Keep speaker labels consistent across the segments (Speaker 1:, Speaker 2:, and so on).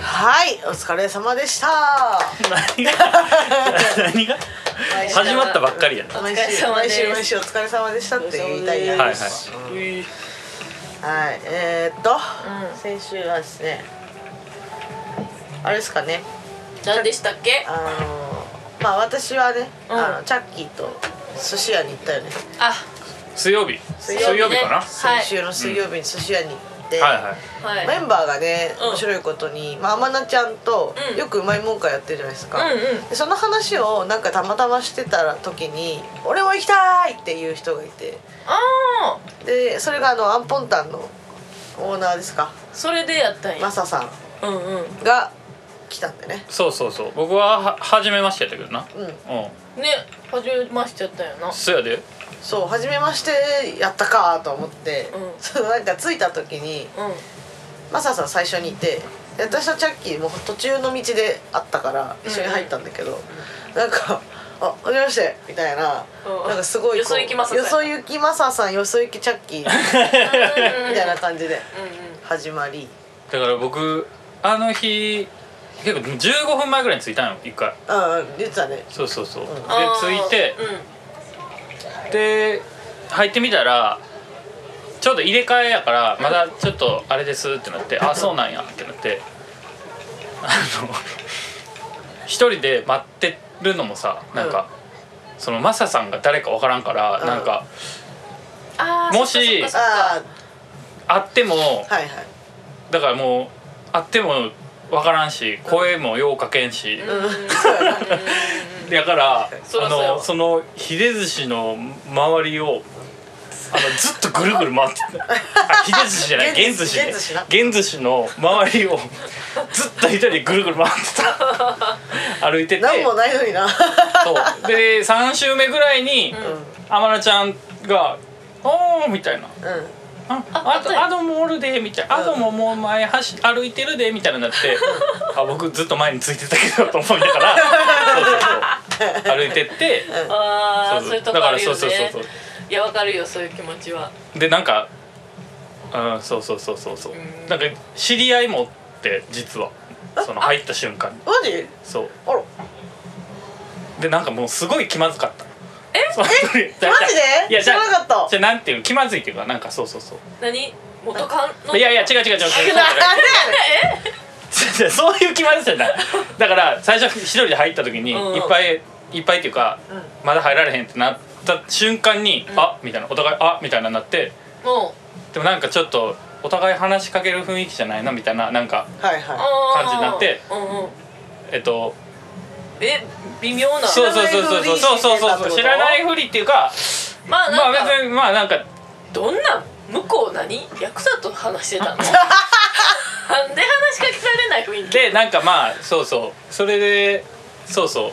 Speaker 1: はいお疲れ様でした
Speaker 2: 何が何が始まったばっかりやな
Speaker 1: 毎
Speaker 3: お疲れ
Speaker 1: 週
Speaker 3: 様
Speaker 1: 毎
Speaker 3: です
Speaker 1: 週毎週お疲れ様でしたって言いたい
Speaker 2: は
Speaker 1: ないは
Speaker 2: はい
Speaker 1: いえー、っと、
Speaker 3: うん
Speaker 1: 先週はですねあれですかね
Speaker 3: 何でしたっけ
Speaker 1: あのーまあ私はね、
Speaker 3: うん
Speaker 1: あのチャッキーと寿司屋に行ったよね
Speaker 3: あ
Speaker 2: 水曜日
Speaker 1: 水
Speaker 2: 水
Speaker 1: 曜日ね
Speaker 2: 曜日かなは
Speaker 3: はい
Speaker 1: 先週の水曜日に寿司屋に行って、
Speaker 2: いはい
Speaker 3: はい
Speaker 1: メンバーがね
Speaker 3: うん
Speaker 1: 面白いことに、まあ天菜ちゃんと
Speaker 3: うん
Speaker 1: よくうまいもんかやってるじゃないですか、
Speaker 3: うんうん
Speaker 1: でその話をなんかたまたましてた時に「俺も行きたい!」っていう人がいて
Speaker 3: ああ
Speaker 1: でそれがあのアンポンタンのオーナーですか
Speaker 3: それでやったんや
Speaker 1: マサさ
Speaker 3: うんうん
Speaker 1: んが来たんでね
Speaker 2: そうそうそう僕はは初めましてやったけどな
Speaker 1: うん
Speaker 2: うん
Speaker 3: ね初めましてやったんやな
Speaker 2: そうやで
Speaker 1: そう初めましてやったかと思って、
Speaker 3: うん
Speaker 1: そのなんか着いた時に
Speaker 3: うん
Speaker 1: マサさん最初にいてで私とチャッキーも途中の道で会ったから一緒に入ったんだけど、なんか「あはじめまして」みたいな、
Speaker 3: うん
Speaker 1: なんかすごいこう
Speaker 3: よそ行きマサさん
Speaker 1: よそ行きマサさんよそ行きチャッ キーみたいな感じで
Speaker 3: うん
Speaker 1: 始まり
Speaker 2: だから僕あの日結構15分前ぐらいに着いたの一回
Speaker 1: うんうん言ってたね
Speaker 2: そうそうそうで
Speaker 3: うんあー
Speaker 2: 着いて
Speaker 3: う
Speaker 2: で入ってみたらちょうど入れ替えやからまだちょっとあれですってな ってあそうなんやってなってあの一人で待ってるのもさなんか、そのマサさんが誰か分からんから、
Speaker 1: うん
Speaker 2: なんか
Speaker 3: んあー
Speaker 2: もし
Speaker 3: そっかそっかそっか
Speaker 1: あ
Speaker 2: 会っても
Speaker 1: あはいはい
Speaker 2: だからもう会っても分からんし声もようかけんし、
Speaker 3: うんうん
Speaker 2: だから
Speaker 3: そ
Speaker 2: あ
Speaker 3: らそうやわ
Speaker 2: のそのひで寿司の周りをあのずっとぐるぐる回ってあひで寿司じゃない
Speaker 1: 現
Speaker 2: 現
Speaker 1: 寿
Speaker 2: 寿
Speaker 1: 司
Speaker 2: 司ね
Speaker 1: 現寿司な
Speaker 2: 現寿司の周りをずっと一人でぐるぐる回ってた歩いてて
Speaker 1: 何もないのにな
Speaker 2: そうで3周目ぐらいに
Speaker 1: うん
Speaker 2: 天菜ちゃんが「おー」みたいな
Speaker 1: うん
Speaker 2: あ
Speaker 3: あ
Speaker 2: あ
Speaker 3: あとや
Speaker 2: とアドもおるでみたいなアドももう前走歩いてるでみたいなになってあ僕ずっと前についてたけどと思いながらそうそうそう歩いてって
Speaker 3: ああそういうとこあるよね
Speaker 2: だからそうそうそう
Speaker 3: いやわかるよそういう気持ちは
Speaker 2: でなんかうんそうそうそうそうそう
Speaker 3: うん
Speaker 2: なんか知り合いもおって実はその入った瞬間に
Speaker 1: マジ
Speaker 2: そう
Speaker 1: あら
Speaker 2: でなんかもうすごい気まずかった
Speaker 3: え
Speaker 2: マジで
Speaker 1: マジで
Speaker 2: いやじゃあ
Speaker 1: 知らなかった
Speaker 2: じゃあなんていうの気まずいっていうかなんかそうそうそ
Speaker 3: 何元カノ
Speaker 2: ういやいや違う違う 違う違うそうじゃ
Speaker 1: なんで
Speaker 2: ない
Speaker 3: え
Speaker 2: 違う違う そういう決まりじゃないだから最初一人で入った時に
Speaker 3: うんうん
Speaker 2: いっぱいいっぱいっていうか
Speaker 1: ん
Speaker 2: まだ入られへんってなった瞬間に「あみたいなお互い「あみたいなになって
Speaker 3: も
Speaker 2: でもなんかちょっとお互い話しかける雰囲気じゃないなみたいななんか
Speaker 1: あれはいは
Speaker 3: う
Speaker 1: い
Speaker 3: 感
Speaker 2: 感じになって
Speaker 3: うんうん
Speaker 2: えっと
Speaker 3: え微妙な
Speaker 2: そうそうそうそうそうそうそうそう知
Speaker 1: 知
Speaker 2: ら
Speaker 1: ら
Speaker 2: な
Speaker 1: ない
Speaker 2: ふりっていうか
Speaker 3: まあ
Speaker 2: ま
Speaker 3: な
Speaker 2: あ
Speaker 3: んか、
Speaker 2: 別にまあなんか
Speaker 3: どんな向こう何ヤクザと 話してたのなんで話しかけられない雰囲気
Speaker 2: でなんかまあそうそうそれでそうそう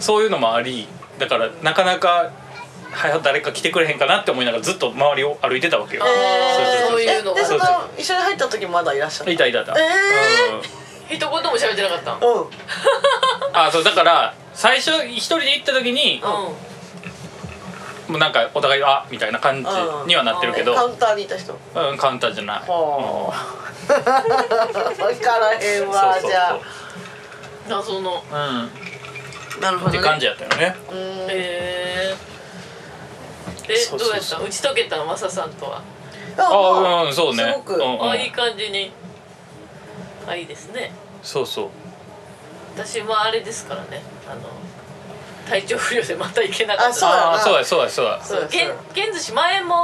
Speaker 2: そういうのもありだからなかなかは誰か来てくれへんかなって思いながらずっと周りを歩いてたわけよ。
Speaker 3: あーそういうのが
Speaker 1: えでその
Speaker 2: そうそ
Speaker 1: 一緒に入った時まだいらっしゃる
Speaker 2: いたいたいた。
Speaker 1: えー
Speaker 2: うん
Speaker 3: 一言も喋ってなかったん
Speaker 1: うん
Speaker 2: あそうだから最初一人で行った時に
Speaker 3: うん
Speaker 2: もうなんかお互いあみたいな感じにはなってるけど、
Speaker 1: カウンターにいた人
Speaker 2: うん、カウンターじゃない。
Speaker 1: ほ分からへん
Speaker 2: うん
Speaker 1: わじゃあ
Speaker 3: 謎の
Speaker 2: うんっ
Speaker 1: なるほど
Speaker 2: て
Speaker 1: ね
Speaker 2: 感じやったよね。
Speaker 1: うーん
Speaker 3: へええ
Speaker 2: そう
Speaker 3: どう
Speaker 2: そ
Speaker 3: や
Speaker 2: う
Speaker 3: っ
Speaker 2: そ
Speaker 3: た打ち解けたのマサさんとは
Speaker 2: あうんそうね。
Speaker 1: すごく
Speaker 2: うんうん
Speaker 3: あいい感じにあいいですね
Speaker 2: そうそう。
Speaker 3: 私はあれですからねあの体調不良でまた行けなか
Speaker 1: あ
Speaker 3: った
Speaker 1: そうや
Speaker 2: あ
Speaker 1: な
Speaker 2: そうやそうやそうや。
Speaker 3: そう
Speaker 1: そうそう
Speaker 3: 現現寿司前も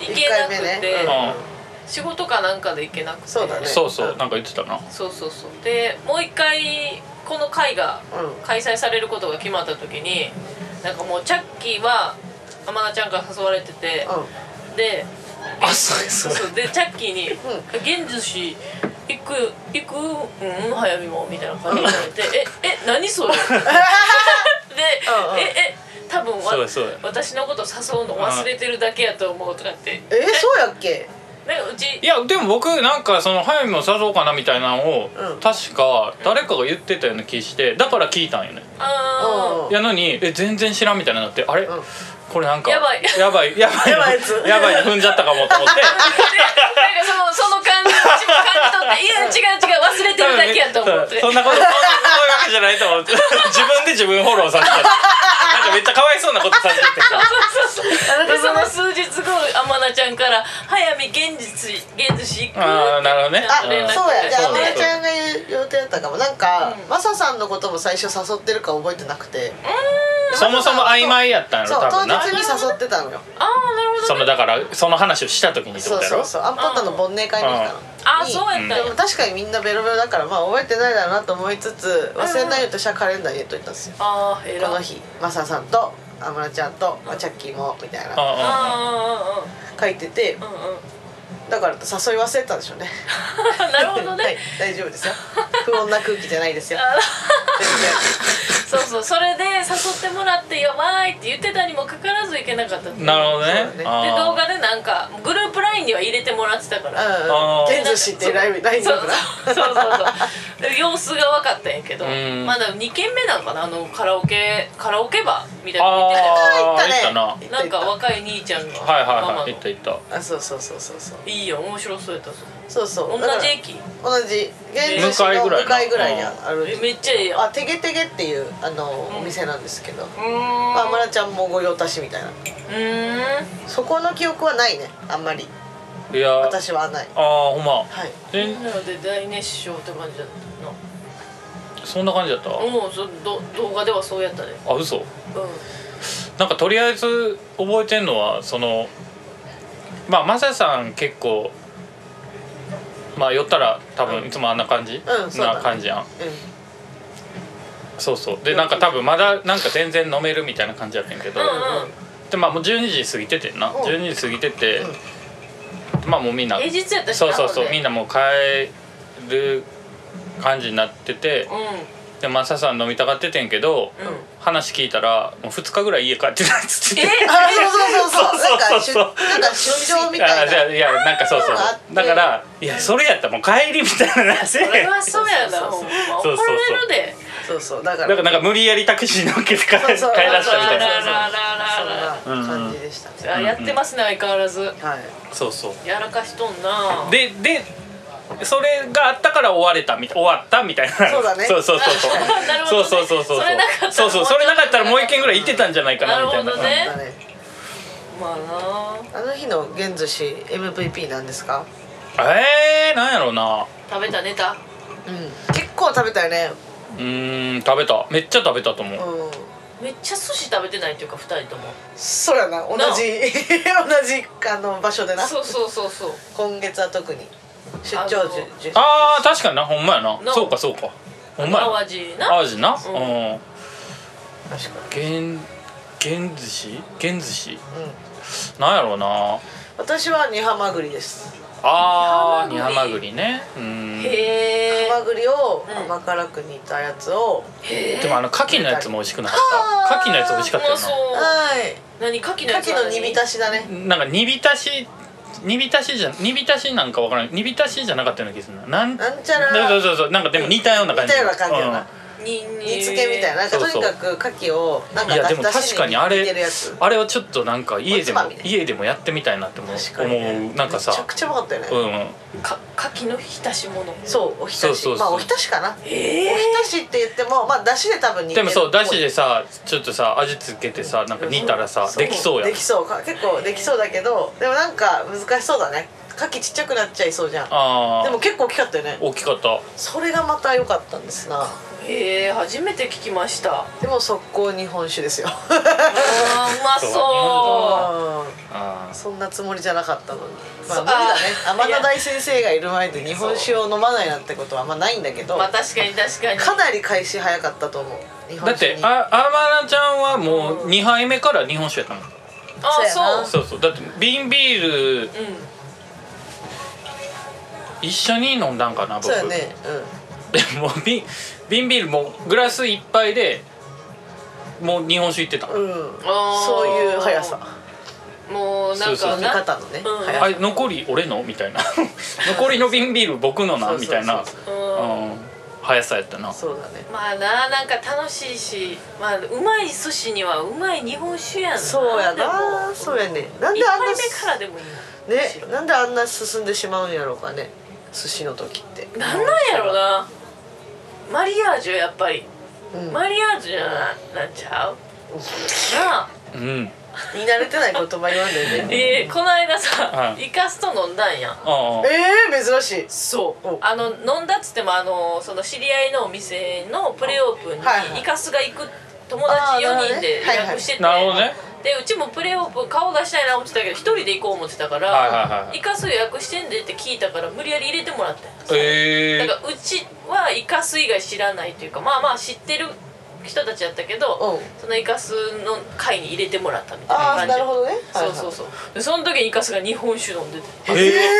Speaker 3: 行けなく
Speaker 1: 一回目ね
Speaker 3: て、
Speaker 2: うん
Speaker 3: 仕事かなんかで行けなくて
Speaker 1: そうだね
Speaker 2: そうそうなんか言ってたな。
Speaker 3: そうそうそうでもう一回この会が
Speaker 1: うん
Speaker 3: 開催されることが決まった時になんかもうチャッキーは天菜ちゃんから誘われてて
Speaker 1: うん
Speaker 3: で
Speaker 2: あそうやそうや。
Speaker 3: そうでチャッキーに「現寿司行く行くうん早見も」みたいな感じで言われて「ええ 何それ? 」で
Speaker 1: うんうん
Speaker 3: ええ多分わ
Speaker 2: そうやそうや
Speaker 3: 私のこと誘うの忘れてるだけやと思う」とかって
Speaker 1: えーそうやっけ
Speaker 3: なんかうち
Speaker 2: いやでも僕なんかその早見も誘おうかなみたいなのを、
Speaker 1: うん
Speaker 2: 確か誰かが言ってたような気してだから聞いたんよね。
Speaker 3: あ
Speaker 1: うん
Speaker 2: やのにえ全然知らんみたいになってあれ、
Speaker 1: うん
Speaker 2: これなんか
Speaker 3: やばい
Speaker 2: やば いやばい
Speaker 1: やばいやつ
Speaker 2: やばい踏んじゃったかもと思って
Speaker 3: でなんかそのその感じを私も感じ取って「いや違う違う
Speaker 2: そうそんなことそうい
Speaker 3: 思って
Speaker 2: うわけじゃないと思って自分で自分フォローさせてなんかめっちゃかわいそうなことさせてって さ
Speaker 3: でその数日後天菜ちゃんから「早見現実現実行く」
Speaker 2: あーなるほどね
Speaker 1: あ、そう
Speaker 2: 連絡
Speaker 1: や、じゃあ、
Speaker 2: そ
Speaker 1: あ
Speaker 2: う
Speaker 1: ま
Speaker 2: だ
Speaker 1: やちゃんが言う予定だったかも、なんか、マサさんのことも最初誘ってるか覚えてなくて。
Speaker 2: そもそも曖昧やったんや
Speaker 1: そ
Speaker 2: ろ
Speaker 1: う、
Speaker 2: 多
Speaker 1: 当日
Speaker 2: 分な
Speaker 1: に誘ってたのよ。
Speaker 3: ああなるほど
Speaker 2: そのだからその話をした時にってこ
Speaker 1: そう
Speaker 2: とやろ
Speaker 1: そうそう、アンパンダの忘年会に来たの。
Speaker 3: あー
Speaker 1: に
Speaker 3: そうやったんや
Speaker 1: でも確かにみんなベロベロだからまあ覚えてないだろうなと思いつつ忘れないようとしたらカレンダーに入れといたんですよ
Speaker 3: あー偉い
Speaker 1: この日マサさんとアムラちゃんとまあチャッキーもみたいな
Speaker 2: あ
Speaker 3: あ
Speaker 1: 書いてて
Speaker 3: ーうんうんうんうん
Speaker 1: だから誘い忘れたんでしょうね
Speaker 3: うんなるほど
Speaker 1: は
Speaker 3: ね
Speaker 1: い、大丈夫ですよ不穏な空気じゃないですよ
Speaker 3: あ
Speaker 1: 全然
Speaker 3: そうそうそれで誘ってもらって「やばい」って言ってたにもかかわらず行けなかったって
Speaker 2: うんなるほ
Speaker 1: そ
Speaker 2: ど
Speaker 1: うだ
Speaker 2: ね
Speaker 1: ね
Speaker 2: あー
Speaker 3: で動画でなんかグループ LINE には入れてもらってたから
Speaker 2: あー
Speaker 1: うん現寿司っていうライブライブ
Speaker 3: そう
Speaker 1: だ
Speaker 3: そ
Speaker 1: か
Speaker 3: う
Speaker 1: ら
Speaker 3: そうそうで様子が分かったんやけど
Speaker 2: うん
Speaker 3: まだ2軒目なんかなあのカラオケカラオケバーみたいなの見てたよ
Speaker 2: あー
Speaker 1: 行っ
Speaker 2: 行ったた
Speaker 1: ね
Speaker 2: な
Speaker 1: 行った
Speaker 3: なんか若い兄ちゃんが
Speaker 2: はい
Speaker 3: マ
Speaker 2: はい
Speaker 3: マ
Speaker 2: はい
Speaker 3: の
Speaker 2: 行った行っ た
Speaker 1: あそうそうそうそうそう
Speaker 3: いいよ面白そうやったぞ
Speaker 1: そうそう
Speaker 3: 同
Speaker 1: だから
Speaker 3: じ駅
Speaker 1: 同じ現寿司の向
Speaker 2: 向か
Speaker 1: か
Speaker 2: い
Speaker 1: い
Speaker 2: ぐ
Speaker 1: ぐ
Speaker 2: ら
Speaker 1: ら
Speaker 2: い
Speaker 1: い
Speaker 2: の
Speaker 1: にある
Speaker 3: えめっちゃええやん
Speaker 1: あてげてげっていうあのお店なんですけど
Speaker 3: うーん
Speaker 1: まあ村ちゃんもご用達しみたいな
Speaker 3: うーん
Speaker 1: そこの記憶はないねあんまり
Speaker 2: いやあ
Speaker 1: 私はない
Speaker 2: あーほんま
Speaker 1: はい
Speaker 2: え
Speaker 3: なので大熱唱って感じだった
Speaker 2: そんな感じだった
Speaker 3: なもうそど動画ではそうやったでう
Speaker 2: あ
Speaker 3: ん
Speaker 2: 嘘なんかとりあえず覚えてんのはそのまあマサさん結構まあ寄ったら多分いつもあんな感じ、
Speaker 1: うんそうだね
Speaker 2: な感じやん
Speaker 1: う
Speaker 2: そうそうでなんか多分まだなんか全然飲めるみたいな感じやったんやけど、
Speaker 3: うん
Speaker 2: でまあもう12時過ぎててんな、
Speaker 1: うん
Speaker 2: 12時過ぎてて、まあもうみんな
Speaker 3: 平日やったし
Speaker 2: そうそうそうみん
Speaker 3: な
Speaker 2: なもう帰る感じになってて
Speaker 3: ほん
Speaker 2: で
Speaker 3: で
Speaker 2: マサさん飲みたがっててんけど、
Speaker 3: うんうん
Speaker 2: 話聞いたらもう2日ぐらい家帰ってないっつってて
Speaker 3: え
Speaker 1: ん あそうそうそうそう
Speaker 2: そうそうそう
Speaker 1: なんか出なんか出張みた
Speaker 2: あ
Speaker 1: い
Speaker 2: じゃあ
Speaker 1: ない
Speaker 2: やなんかそうそう
Speaker 1: あって
Speaker 2: だからいやそれやったらもう帰りみたいな話
Speaker 3: それは
Speaker 2: だ
Speaker 3: そうやな
Speaker 1: そ
Speaker 3: ほ
Speaker 1: うんそう
Speaker 3: ま
Speaker 2: そうそ
Speaker 3: 怒
Speaker 2: うそう
Speaker 3: られるで
Speaker 1: そうそうだか
Speaker 2: から
Speaker 1: ら
Speaker 2: なんか無理やりタクシー乗っけて帰帰らし
Speaker 1: そ
Speaker 2: た
Speaker 1: うそう
Speaker 2: み
Speaker 1: 帰らせ
Speaker 2: たい
Speaker 3: あ
Speaker 2: な
Speaker 3: らららら
Speaker 1: そんな感じでしたね
Speaker 3: あやってますね相変わらず
Speaker 1: はい
Speaker 2: そうそう
Speaker 3: やらかしとんな
Speaker 2: ででそれがあったから終われたみたい終わったみたいな
Speaker 1: そうだね
Speaker 2: そうそうそうそう
Speaker 3: なるほ
Speaker 2: そ
Speaker 3: ど
Speaker 2: う
Speaker 3: ね
Speaker 2: そうそうそう
Speaker 3: それなかったら
Speaker 2: そうそうそれなかったらもう一軒ぐらい行ってたんじゃないかなみたいな
Speaker 3: なるほどね
Speaker 1: だね
Speaker 3: まあな
Speaker 1: あの日の現寿司 MVP なんですか
Speaker 2: えー、なんやろうな
Speaker 3: 食べたネタ
Speaker 1: うん結構食べたよね
Speaker 2: うーん食べためっちゃ食べたと思う
Speaker 1: うん
Speaker 3: めっちゃ寿司食べてないっていうか二人とも
Speaker 1: そうやな同じ
Speaker 3: なあ
Speaker 1: 同じあの場所でな
Speaker 3: そうそうそうそう
Speaker 1: 今月は特に出張
Speaker 3: あの
Speaker 1: じゅじゅ
Speaker 2: あー確かになほんまやな
Speaker 3: な
Speaker 2: そうかそうかほんまやな
Speaker 3: 淡路な
Speaker 2: 淡路な
Speaker 3: う
Speaker 2: うん
Speaker 1: 確か
Speaker 2: 現現寿司現寿司
Speaker 1: に、うん、
Speaker 2: なんやろうな
Speaker 1: 私はニハマグリです
Speaker 2: あー
Speaker 3: 煮
Speaker 2: 煮
Speaker 3: は
Speaker 2: は
Speaker 3: ま
Speaker 2: ま
Speaker 3: ぐ
Speaker 2: ぐりねうん
Speaker 3: へえ
Speaker 1: ハマグリを
Speaker 3: うん
Speaker 1: 甘辛く煮たやつを、
Speaker 2: でもあの牡蠣のやつも美味しくなかった牡蠣のやつ美味しかったよ
Speaker 3: そう
Speaker 1: はい
Speaker 3: 何牡蠣のやつ
Speaker 1: 牡蠣の煮浸しだね
Speaker 2: ななんか煮浸し煮浸しじゃ煮浸しなんかわからない煮浸しじゃなかったような気がするななん
Speaker 1: なんちゃら
Speaker 2: そうそうそうなんかでも似たような感じ
Speaker 1: 似たような感じやな
Speaker 3: にに
Speaker 1: 煮付けみたいななんか
Speaker 2: そ
Speaker 1: と
Speaker 2: うそう
Speaker 1: にかく牡蠣をなん
Speaker 2: うんいや
Speaker 1: か
Speaker 2: でも
Speaker 1: だし
Speaker 2: 確かにあ
Speaker 1: 煮てる
Speaker 2: れ
Speaker 1: やつ
Speaker 2: あれはちょっとなんか家でも
Speaker 1: おつまみね
Speaker 2: 家でもやってみたいなって思
Speaker 1: 確かに、
Speaker 2: う
Speaker 1: ね
Speaker 2: 思うなんかさ
Speaker 1: めちゃくちゃうまかったよね、
Speaker 2: うん
Speaker 3: か牡蠣の浸し物
Speaker 1: そうおひたし
Speaker 2: そうそうそ
Speaker 1: ま
Speaker 2: う
Speaker 1: あおひたしかな、
Speaker 3: え
Speaker 1: お
Speaker 3: え
Speaker 1: ひたしって言ってもまあだしで多分煮て
Speaker 2: で
Speaker 1: る
Speaker 2: も
Speaker 1: っ
Speaker 2: そう
Speaker 1: ぽい
Speaker 2: だしでさちょっとさ味付けてさなんか煮たらさ
Speaker 1: そう
Speaker 2: できそうやん
Speaker 1: できそうか結構できそうだけどでもなんか難しそうだね牡蠣ちっちゃくなっちゃいそうじゃん
Speaker 2: あ
Speaker 1: で
Speaker 2: あ
Speaker 1: も結構大きかったよね
Speaker 2: 大きかった
Speaker 1: それがまた良かったんですな
Speaker 3: へえ初めて聞きまし たあ
Speaker 1: でも速攻日本酒ですよ
Speaker 3: ーうま
Speaker 2: そう
Speaker 1: う
Speaker 3: そう
Speaker 1: ん
Speaker 2: あ
Speaker 1: そんなつもりじゃなかったのにまあ
Speaker 3: そう
Speaker 1: 無理だね
Speaker 3: あー
Speaker 1: 天野大先生がいる前で日本酒を飲まないなんてことはあんまないんだけど
Speaker 3: まあ確かに確かに
Speaker 1: かなり開始早かったと思う日
Speaker 2: だ
Speaker 1: 本
Speaker 2: っ
Speaker 1: 酒
Speaker 2: て
Speaker 1: に
Speaker 2: あアーマナちゃんはもう2杯目から日本酒やったもん
Speaker 3: あ
Speaker 1: そうや
Speaker 3: そ
Speaker 1: な
Speaker 3: う
Speaker 2: そうそうだって瓶ビール
Speaker 3: うん
Speaker 2: 一緒に飲んだんかな僕
Speaker 1: そうやね
Speaker 2: でもう瓶瓶ビールもうグラス一杯でもう日本酒いってた、
Speaker 1: うんうん
Speaker 3: あー
Speaker 1: そういう速さ
Speaker 3: もうなん
Speaker 2: そう
Speaker 3: か
Speaker 2: そう
Speaker 1: 飲み
Speaker 3: な
Speaker 1: 方のね
Speaker 3: うん
Speaker 1: 速
Speaker 2: あ
Speaker 1: さ
Speaker 2: れ残り俺のみたいな 残りの瓶ビール僕のな
Speaker 1: そうそうそう
Speaker 2: みたいな
Speaker 1: そう
Speaker 3: うん
Speaker 2: うん速さやったな
Speaker 1: そうだね
Speaker 3: まあななんか楽しいしまあうまい寿司にはうまい日本酒やんな
Speaker 1: そうや
Speaker 3: でも
Speaker 1: なそうやねなん
Speaker 3: 一
Speaker 1: であん
Speaker 3: 杯
Speaker 1: な
Speaker 3: 目からでもいい
Speaker 1: ねなんであんな進んでしまうんやろうかね寿司の時って
Speaker 3: なんなんやろなマリアージュやっぱり
Speaker 1: うん
Speaker 3: マリアージュななんちゃうなあ
Speaker 2: うん
Speaker 1: 見慣れてない言葉言わんで ね
Speaker 3: えー、この間さ、
Speaker 2: はい
Speaker 3: イカスと飲んだんやん
Speaker 2: あ
Speaker 1: ええー、珍しい
Speaker 3: そう
Speaker 1: お
Speaker 3: あの飲んだっつってもあのその知り合いのお店のプレオープン
Speaker 1: はいはい
Speaker 3: にイカスが行く友
Speaker 1: あ
Speaker 3: 達
Speaker 1: ーなるほどね
Speaker 3: 4人で
Speaker 1: はい
Speaker 3: 予
Speaker 1: はい
Speaker 3: 約してて、
Speaker 2: あなるほどね
Speaker 3: でうちもプレオープン顔出したいな思ってたけど一人で行こう思ってたから、
Speaker 2: はいはいはい
Speaker 3: イカス予約してんでって聞いたから無理やり入れてもらったんです
Speaker 2: え
Speaker 3: だからうちはイカス以外知らないというかまあまあ知ってる人たちやったけど、
Speaker 1: う
Speaker 3: そのイカスの会に入れてもらったみたいな
Speaker 1: あ
Speaker 3: 感
Speaker 1: あ
Speaker 3: じ
Speaker 1: なるほどね
Speaker 3: そうそうそうでその時にイカスが日本酒飲んでて
Speaker 2: ー、
Speaker 1: え
Speaker 2: え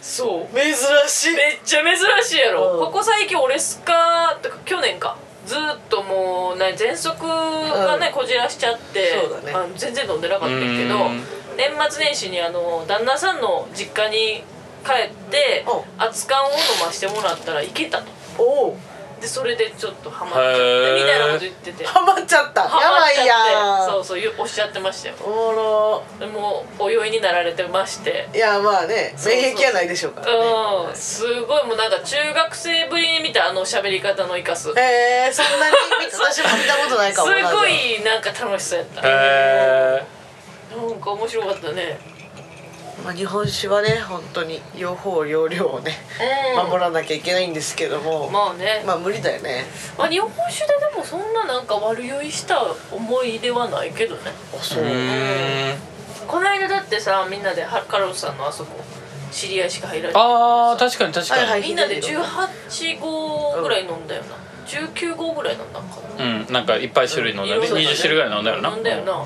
Speaker 3: そう
Speaker 1: え珍しい
Speaker 3: めっちゃ珍しいやろ、
Speaker 1: うん
Speaker 3: ここ最近俺スカとか去年かずーっともうね喘息がね、
Speaker 1: うん
Speaker 3: こじらしちゃって
Speaker 1: そうだね
Speaker 3: あの全然飲んでなかったけ
Speaker 2: う
Speaker 3: ど
Speaker 2: ーん
Speaker 3: 年末年始にあの旦那さんの実家に帰って
Speaker 1: う
Speaker 3: 熱燗を飲ましてもらったらいけたと
Speaker 1: おおう
Speaker 3: でそれでちょっとハマっちゃっ
Speaker 2: へー
Speaker 3: てみたいなこと言ってて
Speaker 1: ハマっちゃったや
Speaker 3: ハマっ
Speaker 1: ばい
Speaker 3: ちゃって
Speaker 1: やん
Speaker 3: そうそう言うおっしゃってましたよ
Speaker 1: おもろ
Speaker 3: でもうお酔いになられてまして
Speaker 1: いやまあね
Speaker 3: そうそう
Speaker 1: 免疫はないでしょうから
Speaker 3: う
Speaker 1: ね
Speaker 3: ん、すごいもうなんか中学生ぶりに見たあの喋り方のイカスすご
Speaker 1: へえそんなに私も見たことないかもない
Speaker 3: なんか楽しそうやった
Speaker 2: え
Speaker 3: なんか面白かったね
Speaker 1: まあ、日本酒はね本当に用法用量をね
Speaker 3: うん
Speaker 1: 守らなきゃいけないんですけども、ま
Speaker 3: まあね、ま
Speaker 1: あ無理だよね
Speaker 3: あ、日本酒ででもそんななんか悪酔いした思い出はないけどね
Speaker 1: あそうう
Speaker 2: ーん
Speaker 3: この間だってさみんなではカロスさんのあそこ知り合いしか入らない
Speaker 2: あー確かに確かに、
Speaker 1: はいはい
Speaker 3: みんなで18号ぐらい飲んだよな19号ぐらい飲んだんかな
Speaker 2: うんなんかいっぱい種類飲んだよね
Speaker 3: 色々
Speaker 2: 20種類ぐらい飲んだよな
Speaker 3: 飲んだよな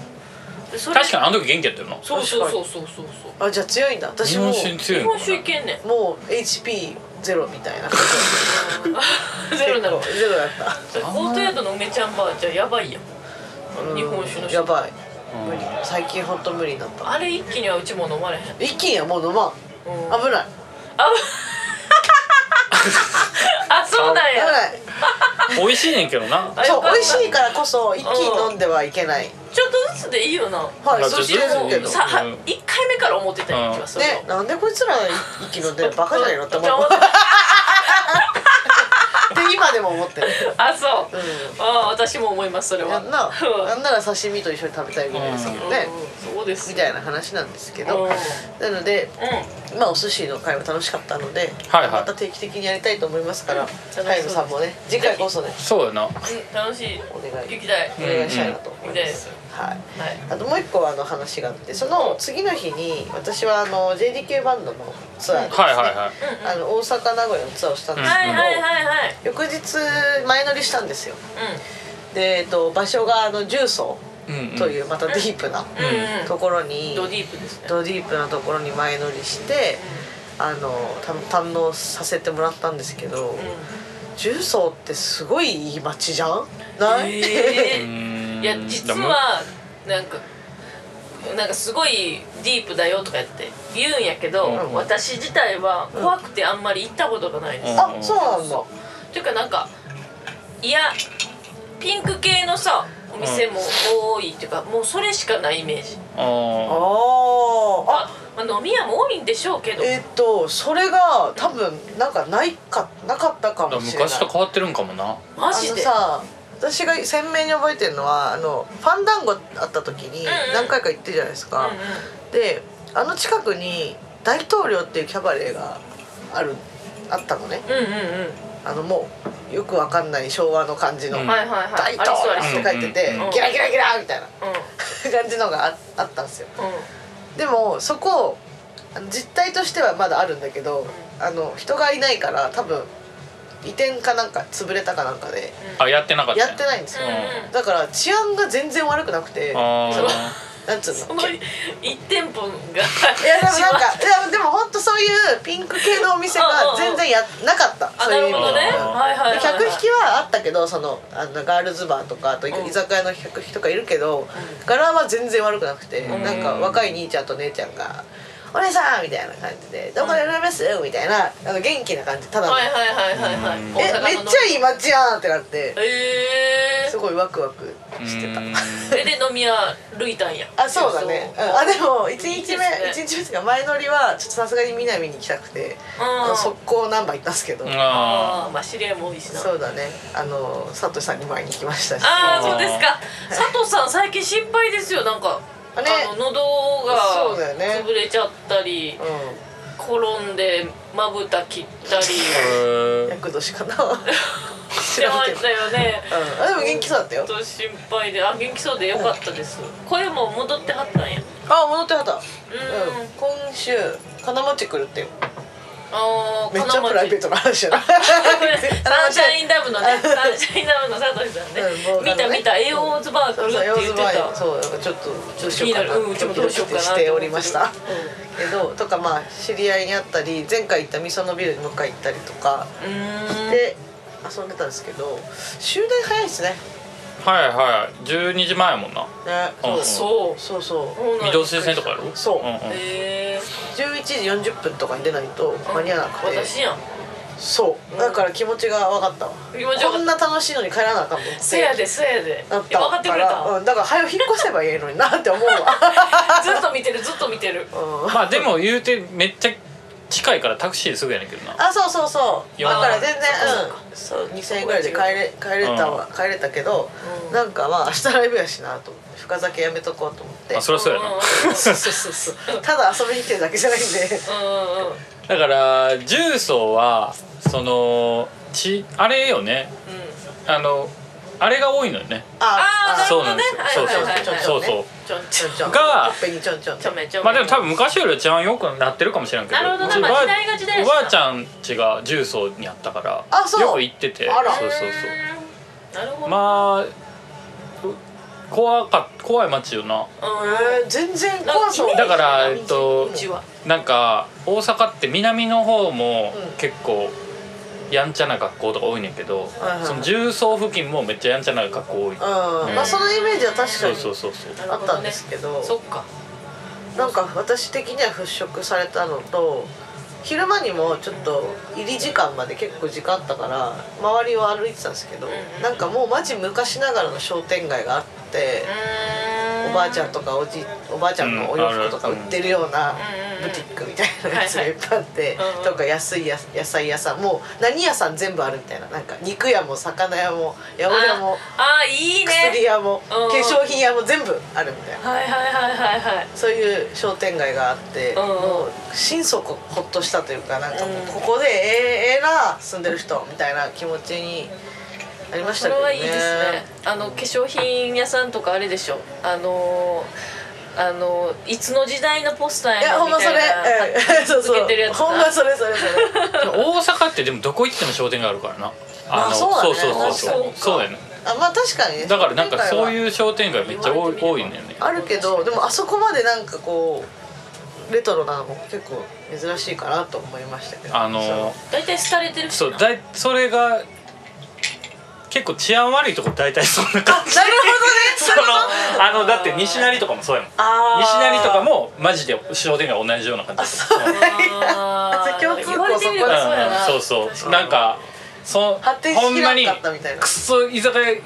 Speaker 3: でそれ
Speaker 2: 確かにあの時元気やったよな
Speaker 3: そうそうそうそうそうそう
Speaker 1: あじゃあ強いんだ私
Speaker 2: 日
Speaker 1: も
Speaker 2: 本
Speaker 1: う
Speaker 2: 酒に強
Speaker 3: 日
Speaker 2: いのかな
Speaker 3: 本酒いけんねん
Speaker 1: もう HP ゼロみたいな
Speaker 3: ゼロな の
Speaker 1: ゼロだった
Speaker 3: ゴートヤードの梅ちゃんばあちゃんやばいやん
Speaker 1: うん
Speaker 3: 日本酒の人
Speaker 1: やばい
Speaker 2: う
Speaker 1: 無
Speaker 2: ん
Speaker 1: 理最近本当無理になった
Speaker 3: あれ一気にはうちも飲まれへん
Speaker 1: 一気にはもう飲まん
Speaker 3: うん
Speaker 1: 危ない
Speaker 3: ああそうなん
Speaker 1: 危
Speaker 3: や
Speaker 1: ない
Speaker 2: 美味しいねんけどな
Speaker 3: あ
Speaker 1: そ
Speaker 3: よ
Speaker 1: う
Speaker 3: かった
Speaker 1: 美味しいからこそ一気に飲んではいけない
Speaker 3: ちょっとずつでいいよな
Speaker 1: はい
Speaker 2: まあ
Speaker 1: そうしてるけ
Speaker 2: ちょっと
Speaker 1: ど
Speaker 2: ず
Speaker 3: さは
Speaker 2: うん
Speaker 3: 1回目から思ってたような気がする
Speaker 1: ねなんでこいつら一気に飲んでるバカじゃないのって思う
Speaker 3: うん
Speaker 1: って今でも思ってる
Speaker 3: あそう、
Speaker 1: う
Speaker 3: あ私も思いますそれ
Speaker 1: な
Speaker 3: は
Speaker 1: んな
Speaker 3: うん
Speaker 1: なんなら刺身と一緒に食べたいぐらいですけどね
Speaker 3: うんそうです
Speaker 1: みたいな話なんですけ
Speaker 3: う
Speaker 1: ど
Speaker 3: ん
Speaker 1: なので
Speaker 3: う
Speaker 1: まあお寿司の会も楽しかったので、
Speaker 2: はいはい
Speaker 1: また定期的にやりたいと思いますから、
Speaker 3: うん
Speaker 1: カイムさんもね次回こそね
Speaker 2: そうやなん
Speaker 3: うん楽しい
Speaker 1: お願い
Speaker 3: 行きたい
Speaker 1: お願いしたいなと思いま
Speaker 3: 行き
Speaker 1: す、
Speaker 3: たいです
Speaker 1: はい
Speaker 3: はい
Speaker 1: あともう一個あの話があってその次の日に私はあの JDQ バンドのツアーでです、ね
Speaker 2: はいはいはい
Speaker 1: あの大阪名古屋のツアーをしたんです
Speaker 3: はいはい
Speaker 1: け
Speaker 3: はいはい
Speaker 1: ど、翌日前乗りしたんですよ
Speaker 3: う
Speaker 1: で、えっと、場所があの重曹
Speaker 2: うんうん
Speaker 1: というまたディープな
Speaker 3: うんうん
Speaker 1: ところに、
Speaker 3: ドディープですね
Speaker 1: ドディープなところに前乗りしてあのた堪能させてもらったんですけど、重曹ってすごいいい街じゃんない、
Speaker 3: え
Speaker 2: うーん
Speaker 3: いや実はなんかなんかすごいディープだよとかやって言うんやけど、
Speaker 2: うん
Speaker 3: 私自体は怖くてあんまり行ったことがないです、
Speaker 2: う ん
Speaker 1: あそうなんだ
Speaker 3: というかなんかいやピンク系のさお店も多いっていうか、もうそれしかないイメージ
Speaker 1: あ
Speaker 2: あ
Speaker 1: ーあ
Speaker 3: あ、まあ、飲み屋も多いんでしょうけど、
Speaker 1: えっ、とそれが多分なんかないかなかったか
Speaker 2: あ
Speaker 1: もしれない
Speaker 2: 昔と変わってるんかもな
Speaker 3: マジで
Speaker 1: あのさ私が鮮明に覚えてるのはあのファンダンゴあった時に
Speaker 3: うんうん
Speaker 1: 何回か行ってるじゃないですか、
Speaker 3: うんうん
Speaker 1: であの近くに大統領っていうキャバレーがあるあったのね
Speaker 3: うんうんうん
Speaker 1: あのもうよくわかんない昭和の感じの「
Speaker 2: うん
Speaker 3: はいはいはい
Speaker 1: 大
Speaker 3: ありそうあ
Speaker 1: 統領」
Speaker 3: りそう
Speaker 1: って書いてて
Speaker 2: うん
Speaker 3: うん
Speaker 1: ギラギラギラみたいな
Speaker 3: うん
Speaker 1: 感じのがああったんですよ
Speaker 3: うん
Speaker 1: でもそこあの実態としてはまだあるんだけどあの人がいないから多分移転かなんか潰れたかなんかで
Speaker 2: あやってなかった
Speaker 1: やってないんですよ
Speaker 3: うん
Speaker 1: だから治安が全然悪くなくて
Speaker 2: あー
Speaker 1: そのなんつう
Speaker 3: そ
Speaker 1: の
Speaker 3: の一店舗が
Speaker 1: いやでもなんかいやでも本当そういうピンク系のお店が全然やなかった
Speaker 3: あ
Speaker 1: そう
Speaker 3: なる
Speaker 1: いう意
Speaker 3: ほ
Speaker 1: 味
Speaker 3: ど
Speaker 1: で
Speaker 3: ね
Speaker 2: そういう意味で
Speaker 3: はいはいはい、はい、
Speaker 1: 客引きはあったけどそのあのガールズバーとかあと居
Speaker 3: うん
Speaker 1: 酒屋の客引きとかいるけど、柄は全然悪くなくて、
Speaker 2: ん
Speaker 1: なんか若い兄ちゃんと姉ちゃんが「お姉さん!」みたいな感じで「どこで飲みます?」みたいなあの元気な感じただの、
Speaker 3: はいはいはいはいはい
Speaker 2: うん
Speaker 1: えめっちゃいい街やん!」ってなって
Speaker 3: え
Speaker 1: すごいワクワクしてた
Speaker 2: うーん
Speaker 3: ー、えで飲み屋歩いたんや
Speaker 1: あそうだね、うん、あでも1
Speaker 3: い
Speaker 1: 日
Speaker 3: いです
Speaker 1: 目
Speaker 3: ね
Speaker 1: 1日目っていうか前乗りはちょっとさすがに南に行きたくてあの
Speaker 3: あ
Speaker 1: 速攻ナンバー行ったんですけど、
Speaker 2: あ
Speaker 3: あーまあ知り合いも多いしな
Speaker 1: そうだねあの佐藤さんに前に行きましたし
Speaker 3: ああそうですか佐藤さん最近心配ですよなんかあ
Speaker 1: ね
Speaker 3: の喉
Speaker 1: そうだ
Speaker 3: が
Speaker 1: よね
Speaker 3: 潰れちゃったり、
Speaker 1: う
Speaker 3: 転んでまぶた切ったり
Speaker 1: ん
Speaker 2: ー
Speaker 1: 厄年かな 知
Speaker 3: して
Speaker 1: ら
Speaker 3: ま
Speaker 1: んけ
Speaker 3: し
Speaker 1: ど
Speaker 3: たよね
Speaker 1: うん、あでも元気そうだったよ
Speaker 3: ちょっと心配であ元気そうでよかったです声も戻ってはったんや
Speaker 1: あ戻ってはった、うん、
Speaker 3: うん、
Speaker 1: 今週金町来るってよ
Speaker 3: あー
Speaker 1: めっちゃプライベートな話や な
Speaker 3: サンシャインダムのね、
Speaker 1: うん
Speaker 3: サンシャインダムの佐藤さんね
Speaker 1: うんもう、
Speaker 3: 見た見た、エオーズバー 来
Speaker 1: そう
Speaker 3: るっ
Speaker 1: そう様子
Speaker 3: て言ってた。
Speaker 1: ばいそうなんかちょっとどうし
Speaker 3: 気に
Speaker 1: よう
Speaker 3: な
Speaker 1: か
Speaker 3: る
Speaker 1: な
Speaker 3: うん、ちょっとどうしようかな
Speaker 1: しておりました
Speaker 3: うん
Speaker 1: けどとかまあ知り合いに会ったり前回行ったみそのビルにもう一回行ったりとか
Speaker 3: うーん。
Speaker 1: で遊んでたんですけど終電早いですね
Speaker 2: はいはい12時前やもんな
Speaker 1: ね
Speaker 2: うん
Speaker 1: そう
Speaker 3: そう。
Speaker 1: そうそう
Speaker 3: そうなん
Speaker 2: 御
Speaker 3: や
Speaker 2: 堂筋線とかやろ
Speaker 1: そうん
Speaker 2: ん
Speaker 3: へー
Speaker 1: 11時40分とかに出ないと間に合わなくて
Speaker 3: 私やん。
Speaker 1: そうだから気持ちが分かったわ
Speaker 3: 気持ちよ
Speaker 1: こ
Speaker 3: か
Speaker 1: ん
Speaker 3: っ
Speaker 1: な楽しいのに帰らなあかんもん
Speaker 3: せやで、せやで。
Speaker 1: な
Speaker 3: 分
Speaker 1: った
Speaker 3: かってくれ
Speaker 1: から
Speaker 3: た。
Speaker 1: うん、だから早く引っ越せばいいのになって思う わ、
Speaker 3: ずっと見てる、ずっと見てる。
Speaker 1: うん
Speaker 2: まあでも言うてめっちゃ近いからタクシーですぐやねんけどな
Speaker 1: あそうそうそう
Speaker 2: よ
Speaker 1: だ
Speaker 2: ん
Speaker 1: から全然
Speaker 3: そうか
Speaker 1: うんそう2000円ぐらいで帰れ帰れたわ、帰れたけど、
Speaker 3: うん
Speaker 1: なんかまあ明日ライブやしなと思って深酒やめとこうと思って
Speaker 2: あそりゃそうやな
Speaker 3: うん
Speaker 1: そうそうそうそうただ遊びに来てるだけじゃないん で
Speaker 3: うんうん。
Speaker 2: だから重曹はそのちあれよねあのあれが多いのよね
Speaker 3: あーなる
Speaker 1: そう
Speaker 2: そうな
Speaker 3: ほ
Speaker 2: ん
Speaker 3: どね
Speaker 2: ですよ
Speaker 3: はいはい
Speaker 1: はいはい
Speaker 2: そうそうそうそう
Speaker 3: ちょんち
Speaker 1: ち
Speaker 3: ょ
Speaker 1: ょ
Speaker 3: ん
Speaker 1: んちょん
Speaker 2: が
Speaker 1: ほっぺにちょんちょん
Speaker 3: ちょめちょめ。
Speaker 2: まあでも多分昔よりは治安良くなってるかもしれんけど
Speaker 3: なるほどな
Speaker 2: うち
Speaker 3: まあ
Speaker 2: ばあ
Speaker 3: 時代が時代やし
Speaker 2: お
Speaker 3: な
Speaker 2: ばあちゃんちが重曹にあったから
Speaker 1: あそう
Speaker 2: よく行ってて
Speaker 1: あら
Speaker 2: そうそうそう
Speaker 3: うーん。なるほど。
Speaker 2: まあう怖か怖い街よな
Speaker 1: えー、全然怖そう
Speaker 2: だからえっと
Speaker 3: うん。うちは。
Speaker 2: なんか大阪って南の方も
Speaker 1: うん
Speaker 2: 結構やんちゃな学校とか多いねんけど、
Speaker 1: いはいはい
Speaker 2: その重曹付近もめっちゃやんちゃな学校多
Speaker 1: う
Speaker 2: い、
Speaker 1: ん、まあそのイメージは確か
Speaker 2: そう
Speaker 1: に
Speaker 2: そうそうそう
Speaker 1: あったんですけど
Speaker 3: そっか。
Speaker 1: なんか私的には払拭されたのと昼間にもちょっと入り時間まで結構時間あったから周りを歩いてたんですけど、
Speaker 3: うん
Speaker 1: なんかもうマジ昔ながらの商店街があって、おばあちゃんとかおじおばあちゃんのお洋服とか売ってるような
Speaker 3: うん
Speaker 1: ブティックみたいなやつがいっぱいあって、
Speaker 3: はいはいうん
Speaker 1: とか安いや野菜屋さんもう何屋さん全部あるみたいななんか肉屋も魚屋も八百屋も
Speaker 3: ああいいね
Speaker 1: 薬屋も化
Speaker 3: うん
Speaker 1: 粧品屋も全部あるみたいな。
Speaker 3: はいはいはいはいはい
Speaker 1: そういう商店街があって、
Speaker 3: うんうん
Speaker 1: もう心底ほっとしたというかなんかもううんここでええええな住んでる人みたいな気持ちになりまし
Speaker 3: そ
Speaker 1: たけど
Speaker 3: れ
Speaker 1: ね。
Speaker 3: はいいですねあの化粧品屋さんとかあれでしょあのーあのーいつの時代のポスター
Speaker 1: いや
Speaker 3: や
Speaker 1: ほ
Speaker 3: の
Speaker 1: ん
Speaker 3: み
Speaker 1: まそ
Speaker 3: た
Speaker 1: れ、
Speaker 3: いな
Speaker 1: うん、 そうそう
Speaker 3: 続けてるやつだ
Speaker 1: ほんまそれそれそれ
Speaker 2: 大阪ってでもどこ行っても商店街あるからな
Speaker 1: あ
Speaker 2: の
Speaker 1: そうだね
Speaker 2: そうそうそう
Speaker 3: 確か
Speaker 2: そう
Speaker 3: に
Speaker 2: そうやね
Speaker 1: あまあ確かにね
Speaker 2: だからなんかそう
Speaker 1: う
Speaker 2: いう商店街めっちゃ多い
Speaker 3: 言わ
Speaker 2: 多
Speaker 3: れ
Speaker 2: い
Speaker 3: て
Speaker 2: ん
Speaker 3: み
Speaker 2: だよね
Speaker 1: あるけどでもあそこまでなんかこうレトロなのも結構珍しいかなと思いましたけど
Speaker 2: あの
Speaker 3: 大体廃れてるし
Speaker 2: そう
Speaker 3: な
Speaker 2: だいそれが結構治安悪いとこ大体そんな
Speaker 1: あなる
Speaker 2: 感
Speaker 1: ほどね
Speaker 2: じ
Speaker 1: そ
Speaker 2: そ
Speaker 1: れ
Speaker 2: のあのだって西成とかもそうやもん
Speaker 1: あー
Speaker 2: 西成とかもマジで商店街同じような感じ
Speaker 1: あそうなんや
Speaker 3: あー
Speaker 1: 共通項
Speaker 3: 言われてみればそうやな
Speaker 2: うんそうそうなんかそ
Speaker 1: 発展
Speaker 2: ほん
Speaker 1: し
Speaker 2: ま
Speaker 1: な
Speaker 2: に
Speaker 1: かったみたいな
Speaker 2: くっそ居酒屋
Speaker 1: うん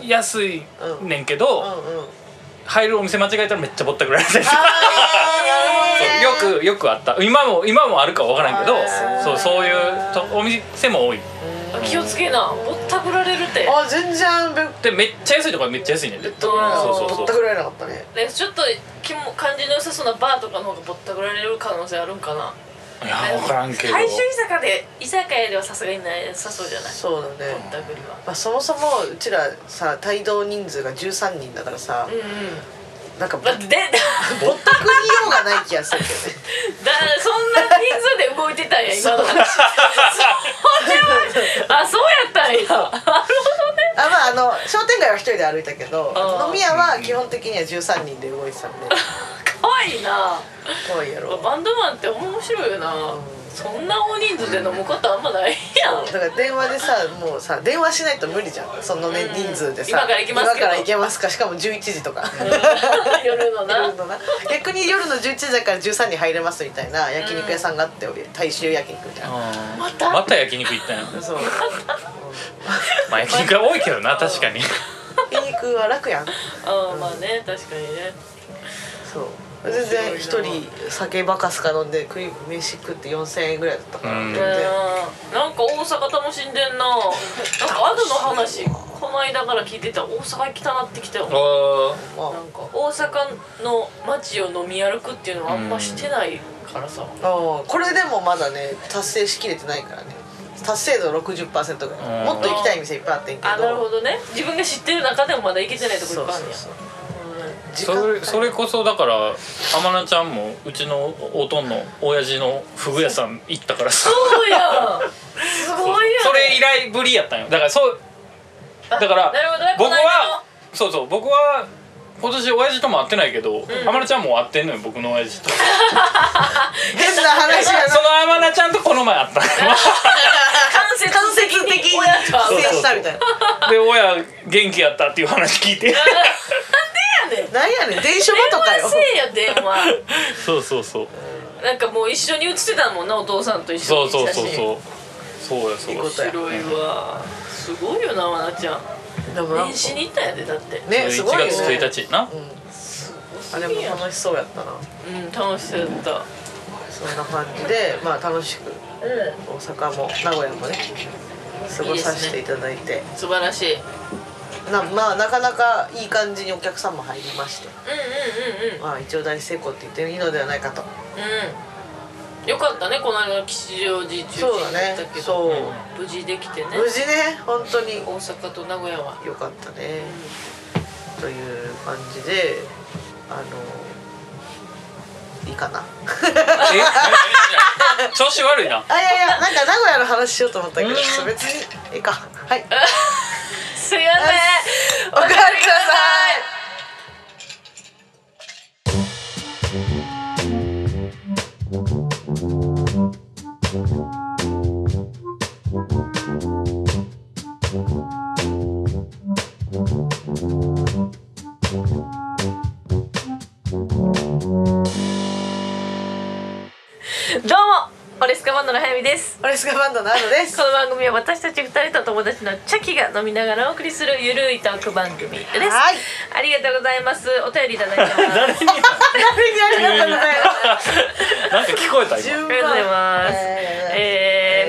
Speaker 1: うん
Speaker 2: 安いねんけど、
Speaker 1: うん
Speaker 2: 入るお店間違えたらめっちゃぼったくられたりとか
Speaker 1: あーなるほ
Speaker 2: そ
Speaker 1: ど
Speaker 2: うよくよくあった今も今もあるかわからんけど
Speaker 1: あー
Speaker 2: そうそういうとお店も多い
Speaker 3: うん気をつけなぼったくられるって
Speaker 1: あ全然べ
Speaker 2: でめっちゃ安いとこはめっちゃ安いねんで
Speaker 3: と
Speaker 2: そうそう
Speaker 1: ぼ
Speaker 2: そ
Speaker 1: っ
Speaker 2: う
Speaker 1: たくられなかったね
Speaker 3: ねちょっと気も感じの良さそうなバーとかの方がぼったくられる可能性あるんかない
Speaker 2: や分からんけど
Speaker 3: 大衆居酒屋で居酒屋ではさすがにないさそうじゃない
Speaker 1: そうだね、
Speaker 3: ぼったくりは
Speaker 1: まあ、そもそもうちらさ帯同人数が13人だからさ、
Speaker 3: うんうん
Speaker 1: なんかぼぼ
Speaker 3: だ
Speaker 1: っ
Speaker 3: って
Speaker 1: たくり
Speaker 3: で
Speaker 1: ようがない気がするけ どね
Speaker 3: だそんな人数で動いてたんや今の話あそうやったんやなる
Speaker 1: あまああの商店街は一人で歩いたけど
Speaker 3: あー
Speaker 1: 飲み屋は基本的には13人で 動いてたんで
Speaker 3: ほどかわいいな
Speaker 1: 怖いやろ
Speaker 3: バンドマンって面白いよな
Speaker 1: うん
Speaker 3: そんな大人数で飲むことあんまないやん
Speaker 1: だから電話でさもうさ電話しないと無理じゃんその、ね
Speaker 3: うん
Speaker 1: 人数でさ
Speaker 3: 今から行きますけど
Speaker 1: 今から行けますかしかも11時とか
Speaker 3: 夜のな
Speaker 1: 夜のな逆に夜の11時だから13時に入れますみたいな焼肉屋さんがあって大衆焼肉みたいな、
Speaker 2: あー
Speaker 3: また
Speaker 2: また焼肉行ったんや
Speaker 1: そう
Speaker 2: まあ焼肉は多いけ どな確かに
Speaker 1: 焼肉は楽やん
Speaker 3: ああまあね確かにね
Speaker 1: そう全然一人酒ばかすか飲んで食い飯食って4000円ぐらいだったから、
Speaker 2: うん
Speaker 1: 全
Speaker 3: ね
Speaker 1: 然
Speaker 3: えなんか大阪楽しんでんななんかアドの話この間から聞いてたら大阪行きたなってきたよなん
Speaker 2: あ
Speaker 3: か
Speaker 1: ま
Speaker 3: 大阪の街を飲み歩くっていうのはあんましてないからさ
Speaker 1: ああーこれでもまだね達成しきれてないからね達成度60%ぐら
Speaker 2: う
Speaker 1: い
Speaker 2: ん
Speaker 1: もっと行きたい店いっぱいあってんけど
Speaker 3: あなるほどね自分が知ってる中でもまだ行けてないとこい
Speaker 1: そ
Speaker 3: っ
Speaker 1: う
Speaker 3: ぱいあ
Speaker 1: そ
Speaker 3: るん
Speaker 1: う
Speaker 3: や
Speaker 1: そう
Speaker 3: う
Speaker 1: 時間
Speaker 2: それそれこそだから天菜ちゃんもうちのおとんの親父のフグ屋さん行ったからさ
Speaker 3: んそうやんすごいやん
Speaker 2: それ以来ぶりやったんよだからそうだから
Speaker 3: なるほどね
Speaker 2: 僕
Speaker 3: この間
Speaker 2: は
Speaker 3: の
Speaker 2: そうそう僕は今年親父とも会ってないけど、天菜ちゃんも会ってんのよ僕の親父とその
Speaker 1: 変な話やな
Speaker 2: 天菜ちゃんとこの前会ったの
Speaker 3: 間接
Speaker 1: 間接的に
Speaker 3: 親と会う
Speaker 1: 制したみたいな
Speaker 2: で親元気やったっていう話聞いて
Speaker 3: なんでやねん
Speaker 1: なんやねん電車場とか
Speaker 3: 電
Speaker 1: よ
Speaker 3: 話せえや電話
Speaker 2: そうそうそう
Speaker 3: なんかもう一緒に写ってたもんなお父さんと一緒
Speaker 2: そう
Speaker 3: に
Speaker 2: そう
Speaker 3: 写
Speaker 2: そう
Speaker 3: 真
Speaker 2: そうそうやそうや
Speaker 1: いいことや
Speaker 3: 白いわすごいよなわなちゃん
Speaker 1: でもなん
Speaker 3: 年
Speaker 1: か
Speaker 3: 始に行ったんやでだって
Speaker 1: ねす
Speaker 2: 11
Speaker 1: ごいよ
Speaker 2: 月
Speaker 1: ね
Speaker 2: 1日な、
Speaker 1: うん
Speaker 3: す
Speaker 1: あ
Speaker 3: ご
Speaker 1: れ
Speaker 3: いや
Speaker 1: も
Speaker 3: ん
Speaker 1: 楽しそうやったな
Speaker 3: うん楽しそうやったうん
Speaker 1: そんな感じでまあ楽しく大阪も名古屋もね過ごさせていただいて
Speaker 3: 素晴らしいうんうん
Speaker 1: なまあなかなかいい感じにお客さんも入りまして
Speaker 3: うん
Speaker 1: まあ一応大成功って言っていいのではないかと
Speaker 3: うんうんよかったねこの間の吉祥寺中心
Speaker 1: そうだね
Speaker 3: だったけど、
Speaker 1: そう
Speaker 3: 無事できてね
Speaker 1: 無事ね本当に
Speaker 3: 大阪と名古屋は
Speaker 1: 良かったねという感じであのいいか な
Speaker 2: え何何何調子悪いな
Speaker 1: あいやいやなんか名古屋の話しようと思ったけど
Speaker 2: うん
Speaker 1: 別にいいか はい
Speaker 3: すいません
Speaker 1: おかわりください
Speaker 3: どうもオレスカバンドの早見です
Speaker 1: オレスカバンドのアドです
Speaker 3: この番組は私たち二人と友達のチャキが飲みながらお送りするゆるいトーク番組です
Speaker 1: はい
Speaker 3: ありがとうございますお便りいただいてますあり がとう
Speaker 2: 誰に言ったの
Speaker 1: 誰にありがとうございます
Speaker 2: なんか聞こえた今
Speaker 1: 順
Speaker 3: ございます、
Speaker 1: え
Speaker 3: え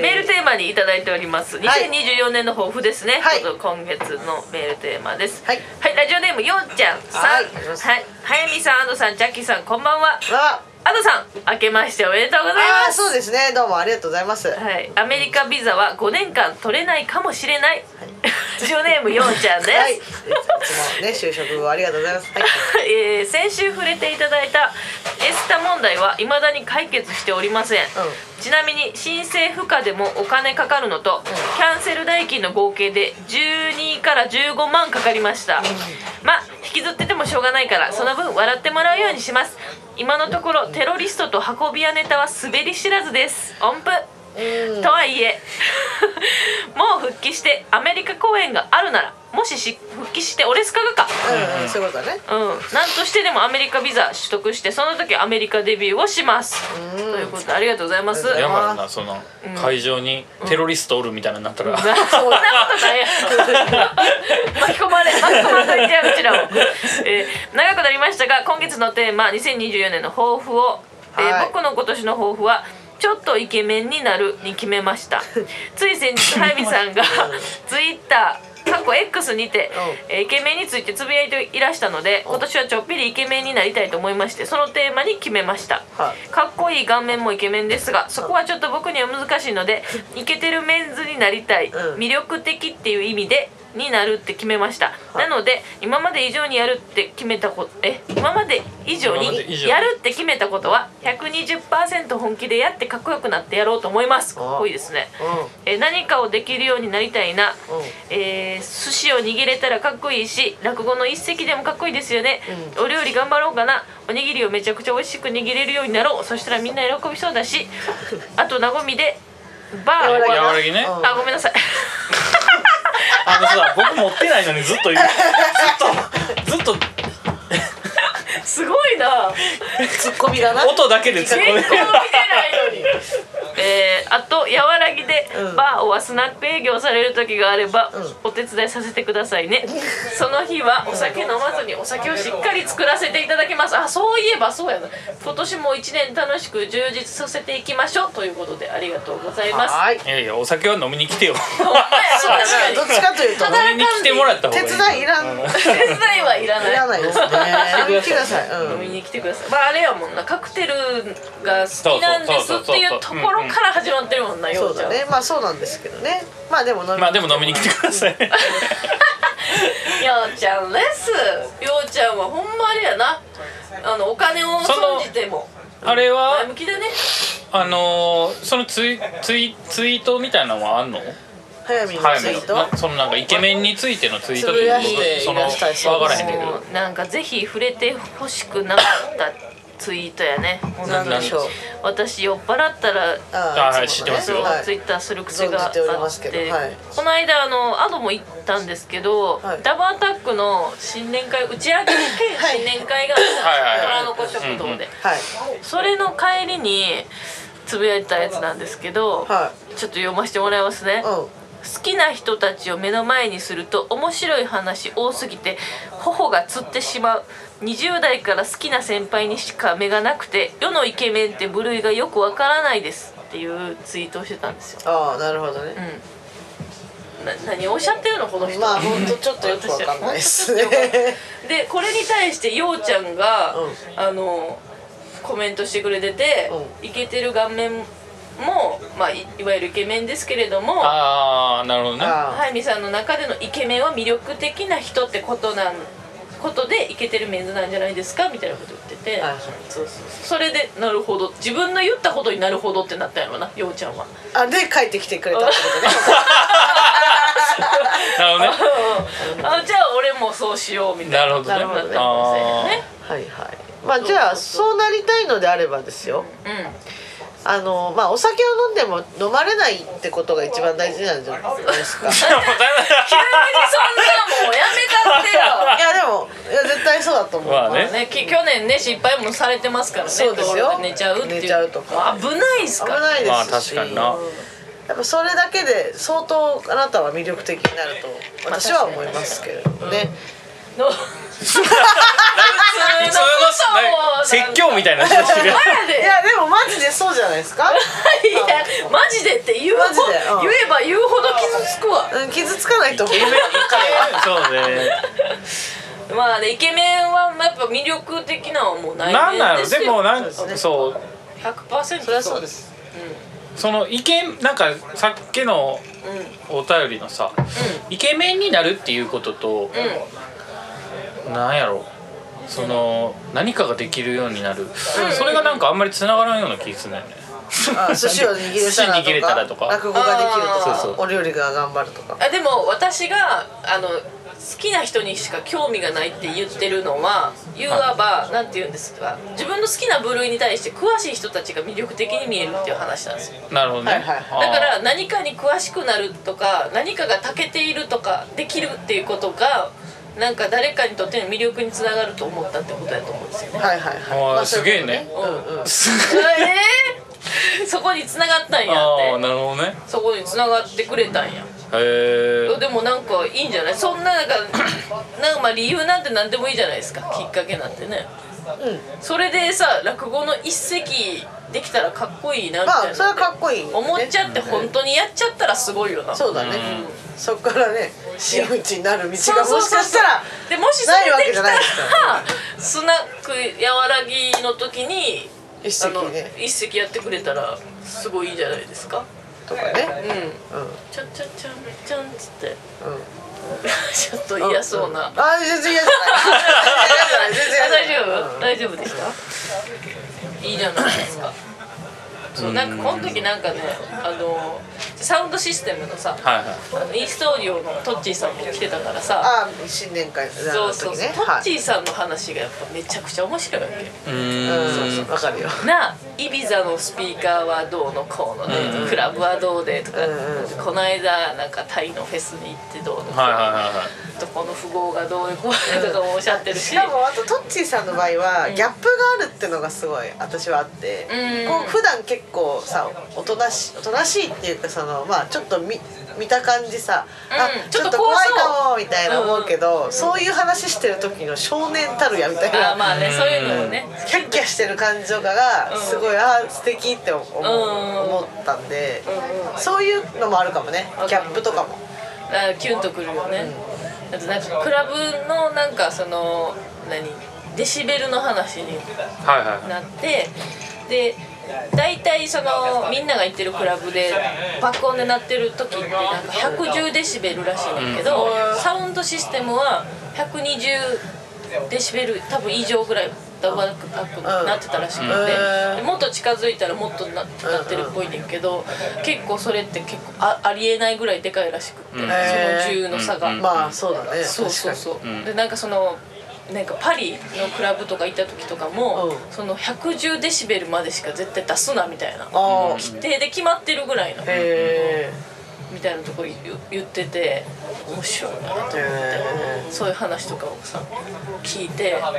Speaker 1: えー
Speaker 3: ー、メールテーマにいただいております
Speaker 1: はい
Speaker 3: 2024年の抱負ですね、
Speaker 1: はい
Speaker 3: ちょっと今月のメールテーマです
Speaker 1: はい
Speaker 3: ラジオネームようちゃんさん
Speaker 1: は
Speaker 3: はいい、早見さん安藤さんチャッキーさんこんばんは
Speaker 1: ーあ
Speaker 3: 安藤さん明けましておめでとうござい
Speaker 1: あ
Speaker 3: ま
Speaker 1: ー
Speaker 3: す
Speaker 1: そうですねどうもありがとうございます、
Speaker 3: はい、アメリカビザは5年間取れないかもしれない。 ラジオネームようちゃんです。
Speaker 1: はい、いつも ね就職をありがとうございます。はい、
Speaker 3: えー先週触れていただいたエスタ問題は未だに解決しておりません、ちなみに申請不可でもお金かかるのと、キャンセル代金の合計で12から15万かかりました、まあ引きずっててもしょうがないからその分笑ってもらうようにします今のところテロリストと運び屋ネタは滑り知らずです音符
Speaker 1: うん、
Speaker 3: とはいえ もう復帰してアメリカ公演があるならもしし復帰してオレスカがか
Speaker 1: うん、うん、そういうことだね。
Speaker 3: うん、なんとしてでもアメリカビザ取得してその時アメリカデビューをしますということでありがとうございますそん
Speaker 1: あり
Speaker 3: な
Speaker 1: が
Speaker 2: や
Speaker 1: とう
Speaker 2: ばいなその会場にテロリストおるみたいなになったら、
Speaker 3: ことないやろ巻き込まれ巻き込まれてやうちらを、えー長くなりましたが今月のテーマ2024年の抱負を、えー
Speaker 1: はい
Speaker 3: 僕の今年の抱負はちょっとイケメンになるに決めました つい先日早見さんがツイッター過去 X にて、えーイケメンについてつぶやいていらしたので今年はちょっぴりイケメンになりたいと思いましてそのテーマに決めました、
Speaker 1: はい
Speaker 3: かっこいい顔面もイケメンですがそこはちょっと僕には難しいのでイケてるメンズになりたい、
Speaker 1: うん
Speaker 3: 魅力的っていう意味でになるって決めました、
Speaker 1: はい
Speaker 3: なので今まで以上にやるって決めたことえ今まで以上に
Speaker 2: 今まで以上に
Speaker 3: やるって決めたことは120%本気でやってかっこよくなってやろうと思いますかっこいいですねえー何かをできるようになりたいな、
Speaker 1: うん
Speaker 3: えー寿司を握れたらかっこいいし落語の一席でもかっこいいですよね、お料理頑張ろうかなおにぎりをめちゃくちゃ美味しく握れるようになろうそしたらみんな喜びそうだしあと和みでバー
Speaker 2: 柔らぎ
Speaker 3: あ
Speaker 2: 柔らぎね
Speaker 1: うん
Speaker 3: ごめんなさい
Speaker 2: あのさ僕持ってないのにずっと言うずっとずっ
Speaker 3: すごいな
Speaker 1: ツッコミがな
Speaker 2: と音だけで突っ
Speaker 3: 全
Speaker 2: 込
Speaker 3: 然
Speaker 2: め
Speaker 3: 見てないのにえーあと柔らぎで
Speaker 1: うん
Speaker 3: バーをスナック営業される時があれば、
Speaker 1: うん
Speaker 3: お手伝いさせてくださいねその日はお酒飲まずにお酒をしっかり作らせていただきますあそういえばそうやな今年も一年楽しく充実させていきましょうということでありがとうございます
Speaker 1: はい
Speaker 2: いやいやお酒は飲みに来てよ
Speaker 3: ほんまやな
Speaker 1: だからどっちかというと
Speaker 3: た だ
Speaker 2: 飲みに来てもらった方がい
Speaker 1: 手
Speaker 2: い
Speaker 1: 伝いいらんい
Speaker 3: 手伝いはいらない
Speaker 1: らないですねやめてください
Speaker 3: 飲
Speaker 1: う
Speaker 3: み
Speaker 1: ん
Speaker 3: に来てくださいまああれやもんなカクテルが好きなんです
Speaker 2: そうそうそう
Speaker 3: っ
Speaker 2: そう
Speaker 3: ていうところから始まってるもんなよ
Speaker 1: そう
Speaker 3: うちゃ
Speaker 1: だ
Speaker 3: ん
Speaker 1: ねまあそうなんですけどねまあでも飲み
Speaker 2: まあでも飲みに来てください
Speaker 3: ようちゃんですようちゃんはほんまあれやなあのお金を損じても
Speaker 2: あれ
Speaker 3: 前
Speaker 2: は
Speaker 3: 向きだね
Speaker 2: あのー、そのツイツイツイートみたいなのはあんの
Speaker 1: 早見の
Speaker 2: 早
Speaker 1: ツイー
Speaker 2: め
Speaker 1: ト
Speaker 2: のなそのなんかイケメンについてのツイート
Speaker 1: つぶやいて
Speaker 2: そ
Speaker 1: いらっしゃいそ
Speaker 2: の
Speaker 1: う
Speaker 2: 分
Speaker 1: で
Speaker 2: から
Speaker 1: す
Speaker 2: へんねんけど
Speaker 3: もうなんかぜひ触れてほしくなかったツイートやね本
Speaker 1: なん
Speaker 3: 当
Speaker 1: で
Speaker 3: に
Speaker 1: しょう
Speaker 3: 私酔っ払ったら
Speaker 1: あ
Speaker 2: あ
Speaker 1: ー
Speaker 2: ー
Speaker 1: いつも
Speaker 2: 知って
Speaker 1: のね
Speaker 2: ますよ
Speaker 1: はい
Speaker 3: ツイッターする癖が
Speaker 1: 存
Speaker 3: あっ
Speaker 1: じて
Speaker 3: て
Speaker 1: おりますけどはい
Speaker 3: この間あのアドも行ったんですけど、
Speaker 1: はい
Speaker 3: ダブアタックの新年会打ち上げ兼新年会があ
Speaker 2: はいはいはい
Speaker 3: った虎の子食堂で、
Speaker 1: はい
Speaker 3: それの帰りにつぶやいたやつなんですけど、
Speaker 1: は
Speaker 3: ちょっと読ませてもらいますね、
Speaker 1: いうん
Speaker 3: 好きな人たちを目の前にすると面白い話多すぎて頬がつってしまう20代から好きな先輩にしか目がなくて世のイケメンって部類がよくわからないですっていうツイートをしてたんですよ
Speaker 1: ああなるほどね
Speaker 3: うんな何をおっしゃってるのこの人、
Speaker 1: まあ本当ちょっとよくわかんないですね
Speaker 3: でこれに対してようちゃんが、
Speaker 1: う
Speaker 3: あのコメントしてくれててイケてる顔面も、まあ、いいわゆるイケメンですけれども
Speaker 2: ああなるほどね
Speaker 1: あ
Speaker 3: 速水さんの中でのイケメンは魅力的な人ってことなんことでイケてるメンズなんじゃないですかみたいなこと言ってて、
Speaker 1: はいはい
Speaker 3: そうそうそうそれでなるほど自分の言ったことになるほどってなったんやろなようちゃんは。
Speaker 1: あで帰ってきてくれたってことね
Speaker 2: なるほどね
Speaker 3: あじゃあ俺もそうしようみた
Speaker 2: な
Speaker 3: いな。
Speaker 2: るほどね
Speaker 1: なるほどね
Speaker 2: あ
Speaker 1: はいはいまあじゃあそうなりたいのであればですよ
Speaker 3: ね。
Speaker 1: あのまあお酒を飲んでも飲まれないってことが一番大事なんじゃないです かい
Speaker 2: ーでも
Speaker 3: 急にそんなもうやめたってよ。
Speaker 1: やでもいや絶対そうだと思う、
Speaker 2: まあね
Speaker 3: ね、き去年ね失敗もされてますからね
Speaker 1: そうですよ
Speaker 3: 道路で寝ちゃうっていう
Speaker 1: 寝ちゃうとか
Speaker 3: 危ないっす
Speaker 1: 危
Speaker 3: から
Speaker 1: ない
Speaker 2: ま
Speaker 1: で
Speaker 2: あ
Speaker 1: す
Speaker 2: 確
Speaker 1: し、
Speaker 2: かにな
Speaker 1: やっぱそれだけで相当あなたは魅力的になると私は思いますけれどもね、
Speaker 3: の
Speaker 2: 普通のなんか説教みたいな人たちが
Speaker 3: マジで
Speaker 1: いやでもマジでそうじゃないですか
Speaker 3: いやマジでって言うほ
Speaker 1: マジでうん
Speaker 3: 言えば言うほど傷つくわ
Speaker 1: うん傷つか ないと思う
Speaker 2: そうね
Speaker 3: まあねイケメンはやっぱ魅力的なのはもうない
Speaker 2: なんな
Speaker 3: で
Speaker 2: の
Speaker 3: すよ
Speaker 2: でもなん
Speaker 1: そうですね
Speaker 2: そう
Speaker 3: 100%
Speaker 1: それはそうです
Speaker 2: そのイケなんかさっきの
Speaker 3: うんう
Speaker 2: お
Speaker 3: ん
Speaker 2: 便りのさイケメンになるっていうこととなんやろその何かができるようになるそれがなんかあんまり繋がらんような気がするんだよね
Speaker 1: あ寿司を握れたら
Speaker 2: 寿司握れたら
Speaker 1: と
Speaker 2: と
Speaker 1: か
Speaker 2: か
Speaker 1: 落語ができるとか
Speaker 2: そうそう
Speaker 1: お料理が頑張るとか
Speaker 3: あでも私があの好きな人にしか興味がないって言ってるのは言うわばなんて言うんですか自分の好きな部類に対して詳しい人たちが魅力的に見えるっていう話なんですよ
Speaker 2: なるほどね
Speaker 1: はいはい
Speaker 3: だから何かに詳しくなるとか何かが長けているとかできるっていうことがなんか誰かにとっての魅力につながると思ったってことだと思うんですよね。
Speaker 1: はいはいはい
Speaker 2: あー
Speaker 1: まあそういうことう
Speaker 2: すげ
Speaker 1: んうん
Speaker 3: え ー、そこに繋がったんや
Speaker 2: ああー
Speaker 3: って
Speaker 2: なるほどね
Speaker 3: そこに繋がってくれたんや。
Speaker 2: へえ
Speaker 3: でもなんかいいんじゃないそんななんか なんかまあ理由なんて何でもいいじゃないですかきっかけなんてね
Speaker 1: うん
Speaker 3: それでさ落語の一席できたらかっこいいなみ
Speaker 1: ま
Speaker 3: たい
Speaker 1: あ
Speaker 3: な
Speaker 1: それはかっこいいよね
Speaker 3: 思っちゃって本当にやっちゃったらすごいよな
Speaker 1: そうだねそっからね真打ちになる道がもしかしたら
Speaker 3: でもしそ
Speaker 1: ないわ
Speaker 3: れ
Speaker 1: け
Speaker 3: でき
Speaker 1: じゃ
Speaker 3: た
Speaker 1: ない
Speaker 3: ら
Speaker 1: ですか
Speaker 3: スナック和らぎの時に
Speaker 1: 一
Speaker 3: あ
Speaker 1: 席
Speaker 3: の
Speaker 1: ね
Speaker 3: 一席やってくれたらすごいいいじゃないですか
Speaker 1: とか
Speaker 3: う
Speaker 1: ねう
Speaker 3: ん
Speaker 1: ん
Speaker 3: ちゃちゃちゃめちゃんっつって
Speaker 1: うん
Speaker 3: ちょっと嫌そうな、
Speaker 1: んあ全然嫌じゃな い全然嫌じゃない全然嫌
Speaker 3: 大
Speaker 1: じゃない
Speaker 3: 丈夫、大丈夫でしたいいじゃないですかそうなんかこの時なんかねあのサウンドシステムのさ
Speaker 2: はいはい
Speaker 3: あのインストーリオのトッチーさんも来てたからさ
Speaker 1: あ新年会の時ね
Speaker 3: そうそうそう、ト
Speaker 1: は
Speaker 3: ッチ
Speaker 1: い
Speaker 3: ーさんの話がやっぱめちゃくちゃ面白いわけ
Speaker 2: うーん
Speaker 1: うんわかるよ
Speaker 3: なあイビザのスピーカーはどうのこうので、
Speaker 2: うん
Speaker 3: クラブはどうでとか、
Speaker 1: うんうん
Speaker 3: この間なんかタイのフェスに行ってどうのこうの、
Speaker 2: はいはいはいはい
Speaker 3: とこの富豪がどうのこうのとかもおっしゃってるし、
Speaker 1: しかもあとトッチーさんの場合はギャップがあるってのがすごい私はあって、
Speaker 3: うん
Speaker 1: こう普段結構さおとなしいおとなしいっていうかそのまあちょっと見見た感じさ、
Speaker 3: う
Speaker 1: あ
Speaker 3: ん
Speaker 1: ちょっ
Speaker 3: ちょっと
Speaker 1: と
Speaker 3: 怖
Speaker 1: 怖
Speaker 3: そ
Speaker 1: いうかもみたいな思うけど、そういう話してる時の少年たるやみたいな、
Speaker 3: あーまあねそういうのもね、
Speaker 1: キャッキャしてる感じとかが
Speaker 3: うん
Speaker 1: すごい、あー素敵って思,、う
Speaker 3: うん
Speaker 1: 思ったんで、
Speaker 3: うんうん
Speaker 1: そういうのもあるかもね
Speaker 3: わかる
Speaker 1: ギャップとかも。
Speaker 3: あキュンとくるよね、あとなんかクラブのなんかその何デシベルの話に
Speaker 2: はいはいはい
Speaker 3: なってで大体そのみんなが行ってるクラブで爆音で鳴ってる時ってなんか110デシベルらしいんだけど、サウンドシステムは120デシベル多分以上ぐらいダブルバックパックになってたらしくて、
Speaker 1: うん
Speaker 3: でもっと近づいたらもっとななってるっぽいねんけど結構それって結構あありえないぐらいでかいらしく
Speaker 2: う
Speaker 3: って、
Speaker 2: ん
Speaker 3: その10の差が。
Speaker 2: うん
Speaker 1: まあそうだね
Speaker 3: そうそうそう、
Speaker 2: うん
Speaker 3: でなんかそのなんかパリのクラブとか行った時とかも、
Speaker 1: うん
Speaker 3: その110デシベルまでしか絶対出すなみたいな
Speaker 1: 確かにああ
Speaker 3: 規定で決まってるぐらいの
Speaker 1: へ
Speaker 3: みたいなとこ言言ってて面白いなと思って
Speaker 1: え
Speaker 3: そういう話とかをさ聞いてな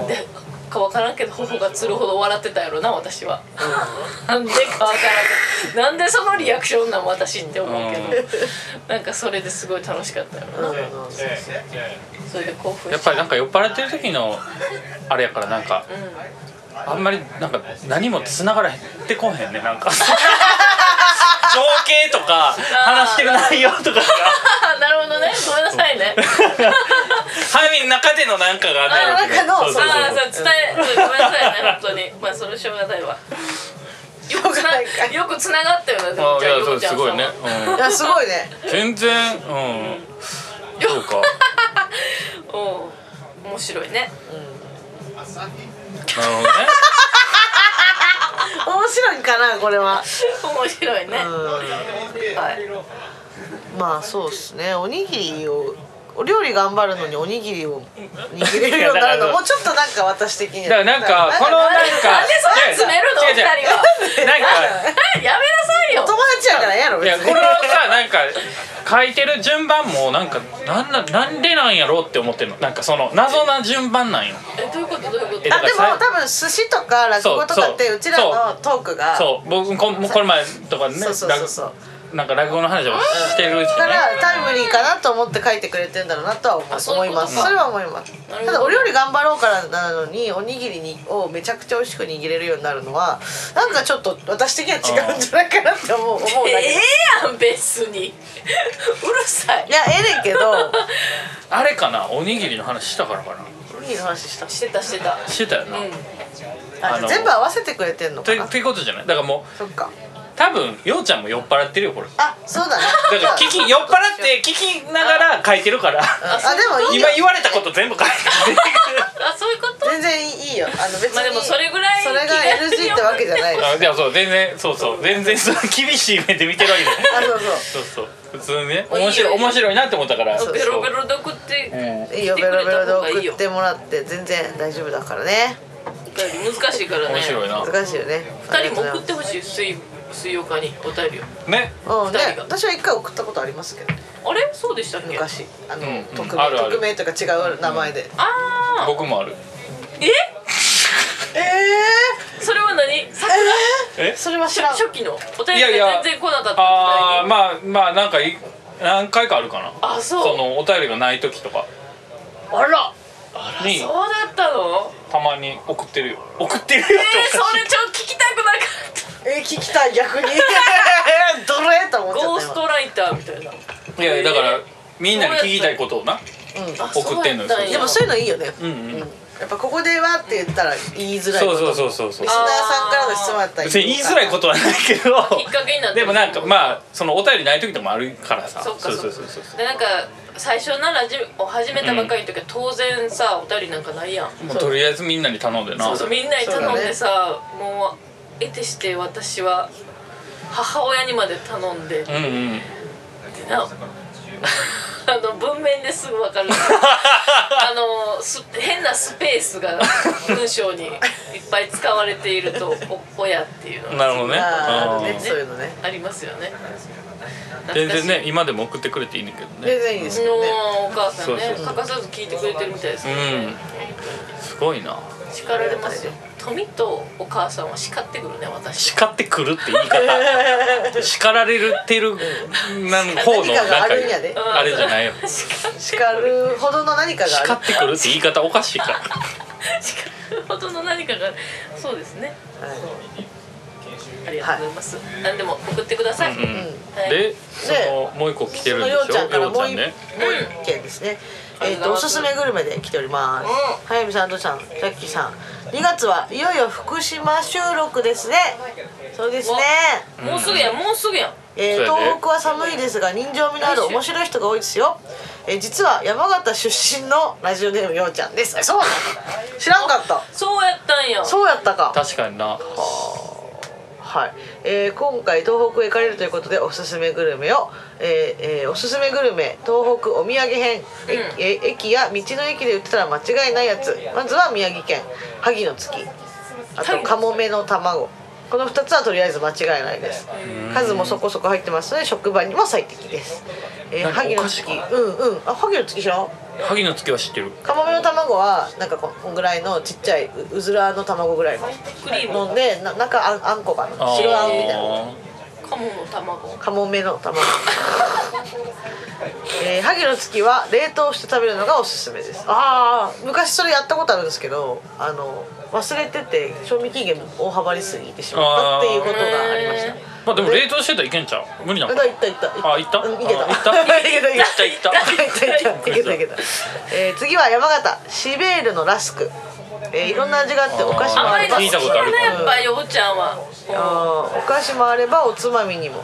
Speaker 3: んでか分からんけど頬がつるほど笑ってたやろな私は、 なんでか分からんけどなんでそのリアクションなん私って思うけど、
Speaker 2: うん
Speaker 3: なんかそれですごい楽しかったやろな、それで興奮
Speaker 2: やっぱりなんか酔っ払ってる時のあれやからなんか
Speaker 3: うん
Speaker 2: あんまりなんか何も繋がらへんってこんへんねなん か情景とか話してる内容とか が
Speaker 3: あ なるほどねごめんなさ いね
Speaker 2: 範囲の中でのなんかが
Speaker 3: あ
Speaker 2: ね
Speaker 1: 中の
Speaker 2: そうそう
Speaker 3: ああ
Speaker 2: そう
Speaker 3: そう伝えごめんなさいね本当にまあそれしょうがないわよくつ
Speaker 1: しょうがないか
Speaker 3: なよくつながったよねでも
Speaker 2: あいや
Speaker 3: よ
Speaker 2: そう
Speaker 3: こちゃ
Speaker 2: す
Speaker 3: んさん
Speaker 2: ご
Speaker 3: はい
Speaker 2: ね、
Speaker 1: いやすごいね
Speaker 2: うん、全然うんそうか
Speaker 3: おう面白いね
Speaker 2: なるほど ね
Speaker 1: 面白いんかなこれは、
Speaker 3: 面白いね、はい
Speaker 1: うん、まあそうですねおにぎりをお料理頑張るのにおにぎりを握れるようになるのもうちょっとなんか私的に
Speaker 2: だからなんかこのなんか
Speaker 3: なんでそんな詰めるの
Speaker 2: 違う違う
Speaker 3: お二人
Speaker 2: な
Speaker 3: は
Speaker 2: んか
Speaker 3: はい やめなさいよ
Speaker 1: 友達やからやろ
Speaker 2: い
Speaker 1: 別
Speaker 2: や
Speaker 1: に
Speaker 2: これはさなんか書いてる順番もなんかなんななんでなんやろうって思ってるのなんかその謎な順番なんよ
Speaker 3: えどういうことどういうこ
Speaker 2: え
Speaker 3: と
Speaker 1: あでも多分寿司とか落語とかって
Speaker 2: そう
Speaker 1: うちらのトークが
Speaker 2: そう僕こもうこれ前とかね
Speaker 1: そうそうそうそう
Speaker 2: 落なんか落語の話をしてるうち
Speaker 1: だか
Speaker 2: にね
Speaker 1: らタイムリーかなと思って書いてくれてんだろうなとは思
Speaker 3: あそう
Speaker 1: 思
Speaker 3: いう
Speaker 1: い
Speaker 3: こと
Speaker 1: ますそれは思います
Speaker 3: なるほ
Speaker 1: た
Speaker 3: ど
Speaker 1: だお料理頑張ろうからなのにおにぎりにをめちゃくちゃ美味しく握れるようになるのはなんかちょっと私的には違うんじゃないかなって思う思うだけ
Speaker 3: え え
Speaker 1: い
Speaker 3: やん別に うるさい
Speaker 1: やええねんけど
Speaker 2: あれかなおにぎりの話したからかな
Speaker 1: おにぎりの話した
Speaker 3: してたしてた
Speaker 2: してたよな、
Speaker 3: うん
Speaker 1: あ
Speaker 2: あの
Speaker 1: 全部合わせてくれてんの
Speaker 2: と
Speaker 1: か
Speaker 2: い
Speaker 1: な
Speaker 2: っていうことじゃないだからも
Speaker 1: そっか
Speaker 2: う多分ようちゃんも酔っ払ってるよこれ
Speaker 1: あそうだね
Speaker 2: だから聞き酔っ払って聞きながら書いてるから
Speaker 1: あでもいいよ
Speaker 2: 今言われたこと全部書いてる
Speaker 3: あそういうこと
Speaker 1: 全然いいよあの別に
Speaker 3: まあでもそれぐらい
Speaker 1: それが
Speaker 3: 気軽に
Speaker 1: LG ってわけじゃないです
Speaker 2: あいやそう全然そうそう全然その厳しい目で見てるわけじゃない
Speaker 1: あそう
Speaker 2: そうそう普通にね
Speaker 3: いいよ
Speaker 2: 面白い面白いなって思ったから
Speaker 1: そう
Speaker 3: ベロベ
Speaker 2: ロ
Speaker 3: ロで送って
Speaker 1: そういいよベロベロで送っ
Speaker 3: よ
Speaker 1: てもらって全然大丈夫だからね
Speaker 3: 難しいからね
Speaker 2: 面白いな
Speaker 1: 難しいよね
Speaker 3: 二人も送ってほしい水水曜日にお便りを
Speaker 2: ね
Speaker 1: うんね
Speaker 3: 二人が
Speaker 1: 私は一回送ったことありますけど
Speaker 3: あれそうでしたっけ
Speaker 1: 昔あの、
Speaker 2: うんうん
Speaker 1: 匿
Speaker 2: あるあ
Speaker 1: 名
Speaker 2: る
Speaker 1: 匿名というか違う名前で、
Speaker 3: ああ
Speaker 2: 僕もある
Speaker 3: え
Speaker 1: え
Speaker 3: それは何さ
Speaker 2: え
Speaker 1: それは知らん
Speaker 3: 初期のお便
Speaker 2: い
Speaker 3: り
Speaker 2: やい
Speaker 3: が
Speaker 2: や
Speaker 3: 全然来なかった時代に
Speaker 2: あーまあまあなんかい何回かあるかな
Speaker 3: あそう
Speaker 2: のお便りがない時とか
Speaker 3: あら
Speaker 2: に
Speaker 3: そうだったの
Speaker 2: たまに送ってるよ送ってるよって
Speaker 3: えー、そ れちょっと聞きたくなかっ
Speaker 1: え聞きたい逆 にどれと思 ったちゃった
Speaker 3: ゴーストライターみたいな
Speaker 2: おかしいいやいやだからみんなに聞きたいことをな
Speaker 1: うん
Speaker 3: あ
Speaker 2: 送ってんのよ
Speaker 3: そうやたや
Speaker 1: でもそういうのいいよね、
Speaker 2: うんうん
Speaker 1: うんやっぱここではって言ったら言いづらいこ
Speaker 2: そ
Speaker 1: と
Speaker 2: うそう
Speaker 1: う
Speaker 2: そうそうそう
Speaker 1: リスナーさんからの質問だったら
Speaker 2: 別に言いづらいことはないけど
Speaker 3: きっかけになって
Speaker 2: でもなんかまあそのお便りない時とかもあるからさ
Speaker 3: そっかそっか
Speaker 2: そうそうそう
Speaker 3: でなんか最初なラジオ始めたばっかりの時は当然さお便りなんかないやん
Speaker 2: もうとりあえずみんなに頼んでな
Speaker 3: そうそうみんなに頼んでさもう得てして私は母親にまで頼んでって
Speaker 2: うんうん
Speaker 3: なあの文面ですぐ 分かるあのす変なスペースが文章にいっぱい使われているとお親っていうのは
Speaker 2: なるほどね
Speaker 1: あーある
Speaker 2: う
Speaker 1: ね
Speaker 2: ん
Speaker 1: そういうのね
Speaker 3: ありますよね
Speaker 2: 全
Speaker 3: 懐かし
Speaker 2: 然
Speaker 3: い
Speaker 2: ね今でも送ってくれていいんだけど
Speaker 1: 全
Speaker 2: ね
Speaker 1: 然いいです
Speaker 3: の
Speaker 1: よね
Speaker 3: お母さんね
Speaker 2: そうそう
Speaker 3: 欠かさず聞いてくれてるみたいですね、
Speaker 2: うんすごいな
Speaker 3: 叱られますよ富とお母さんは叱ってくる ね私
Speaker 2: 叱ってくるって言 い方叱られてるなん方の
Speaker 1: 何かが
Speaker 2: な
Speaker 1: あ
Speaker 2: んか
Speaker 1: るんやで
Speaker 2: あれじゃないよ
Speaker 3: 叱る
Speaker 1: 叱るほどの何かがある
Speaker 2: 叱ってくるって言い方おかしいから
Speaker 3: 叱るほどの何かがそうですね
Speaker 1: はい
Speaker 3: ありがとうございます、なんでも送ってください、
Speaker 2: うんうん
Speaker 3: はい
Speaker 2: でそのもう一個来て
Speaker 1: そ
Speaker 2: るん
Speaker 1: の
Speaker 2: で
Speaker 1: よう
Speaker 2: し
Speaker 1: ちゃん
Speaker 2: ょ
Speaker 1: から
Speaker 2: よう
Speaker 1: も
Speaker 2: ち
Speaker 1: う
Speaker 2: ゃ
Speaker 1: 一
Speaker 2: ん
Speaker 1: も
Speaker 2: ね
Speaker 1: う一件ですね。
Speaker 3: うん
Speaker 1: えっ、とおすすめグルメで来ております。早見さん、どちゃん、ジャッキーさん。2月はいよいよ福島収録ですね。そうですね。
Speaker 3: もうすぐやんもうすぐやん
Speaker 1: え
Speaker 2: そ
Speaker 1: ー
Speaker 2: うやね
Speaker 1: 東北は寒いですが人情味のある面白い人が多いですよ、えー実は山形出身のラジオネームようちゃんですえそうなの知らんかった
Speaker 3: そうやったんや
Speaker 1: そうやったか
Speaker 2: 確かにな
Speaker 1: はい、えー今回東北へ行かれるということでおすすめグルメを、えーえーおすすめグルメ東北お土産編、ええ駅や道の駅で売ってたら間違いないやつまずは宮城県萩の月あとカモメの卵この2つはとりあえず間違いないです数もそこそこ入ってますので職場にも最適です、えー
Speaker 2: 何
Speaker 1: 萩の
Speaker 2: お菓子
Speaker 1: 月
Speaker 2: か
Speaker 1: うんうんあ萩の月知らん
Speaker 2: 萩の月は知ってる
Speaker 1: カモメの卵はなんかこんぐらいのちっちゃいううずらの卵ぐらいの
Speaker 3: クリーム
Speaker 1: 飲んでな中あんあんこが
Speaker 2: あー
Speaker 1: 白あんみたいな
Speaker 3: カモの卵
Speaker 1: カモメの卵 えー、萩の月は冷凍して食べるのがおすすめですああ昔それやったことあるんですけどあの忘れてて賞味期限大幅に過ぎてしまったっていうことがありました
Speaker 3: へ
Speaker 2: まあでも冷凍してたらいけんちゃう無理な
Speaker 1: あ
Speaker 2: の
Speaker 1: いたいったいった
Speaker 2: あ行った
Speaker 1: うんいけた
Speaker 2: あ行 った
Speaker 1: いけたいけた
Speaker 2: 行った
Speaker 1: いけたいけたいけたいけたえー次は山形シベールのラスクえーいろんな味があってお菓子も
Speaker 3: 甘
Speaker 1: あ
Speaker 3: い
Speaker 1: れ
Speaker 3: の
Speaker 1: ば
Speaker 2: 聞いたことある
Speaker 3: 好きやなやっぱりおちゃんは
Speaker 1: あーお菓子もあればおつまみにも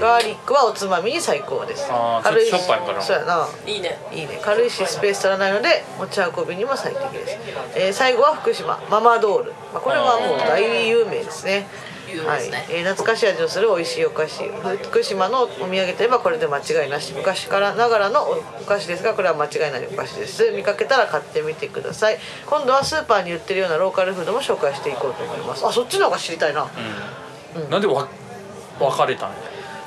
Speaker 1: ガーリックはおつまみに最高です
Speaker 2: あー
Speaker 1: 軽いし
Speaker 2: ちょっとしょっぱいから
Speaker 1: そうやない
Speaker 3: いね
Speaker 1: いいね軽いしスペース足らないので持ち運びにも最適です、えー最後は福島ママドール、まあ、これはもう大有名ですね
Speaker 3: 有名
Speaker 1: は
Speaker 3: で
Speaker 1: い
Speaker 3: すね、
Speaker 1: えー懐かしい味のする美味しいお菓子福島のお土産といえばこれで間違いなし昔からながらのお菓子ですがこれは間違いないお菓子です見かけたら買ってみてください今度はスーパーに売ってるようなローカルフードも紹介していこうと思いますあそっちの方が知りたいな、
Speaker 2: なんでわ別れたんや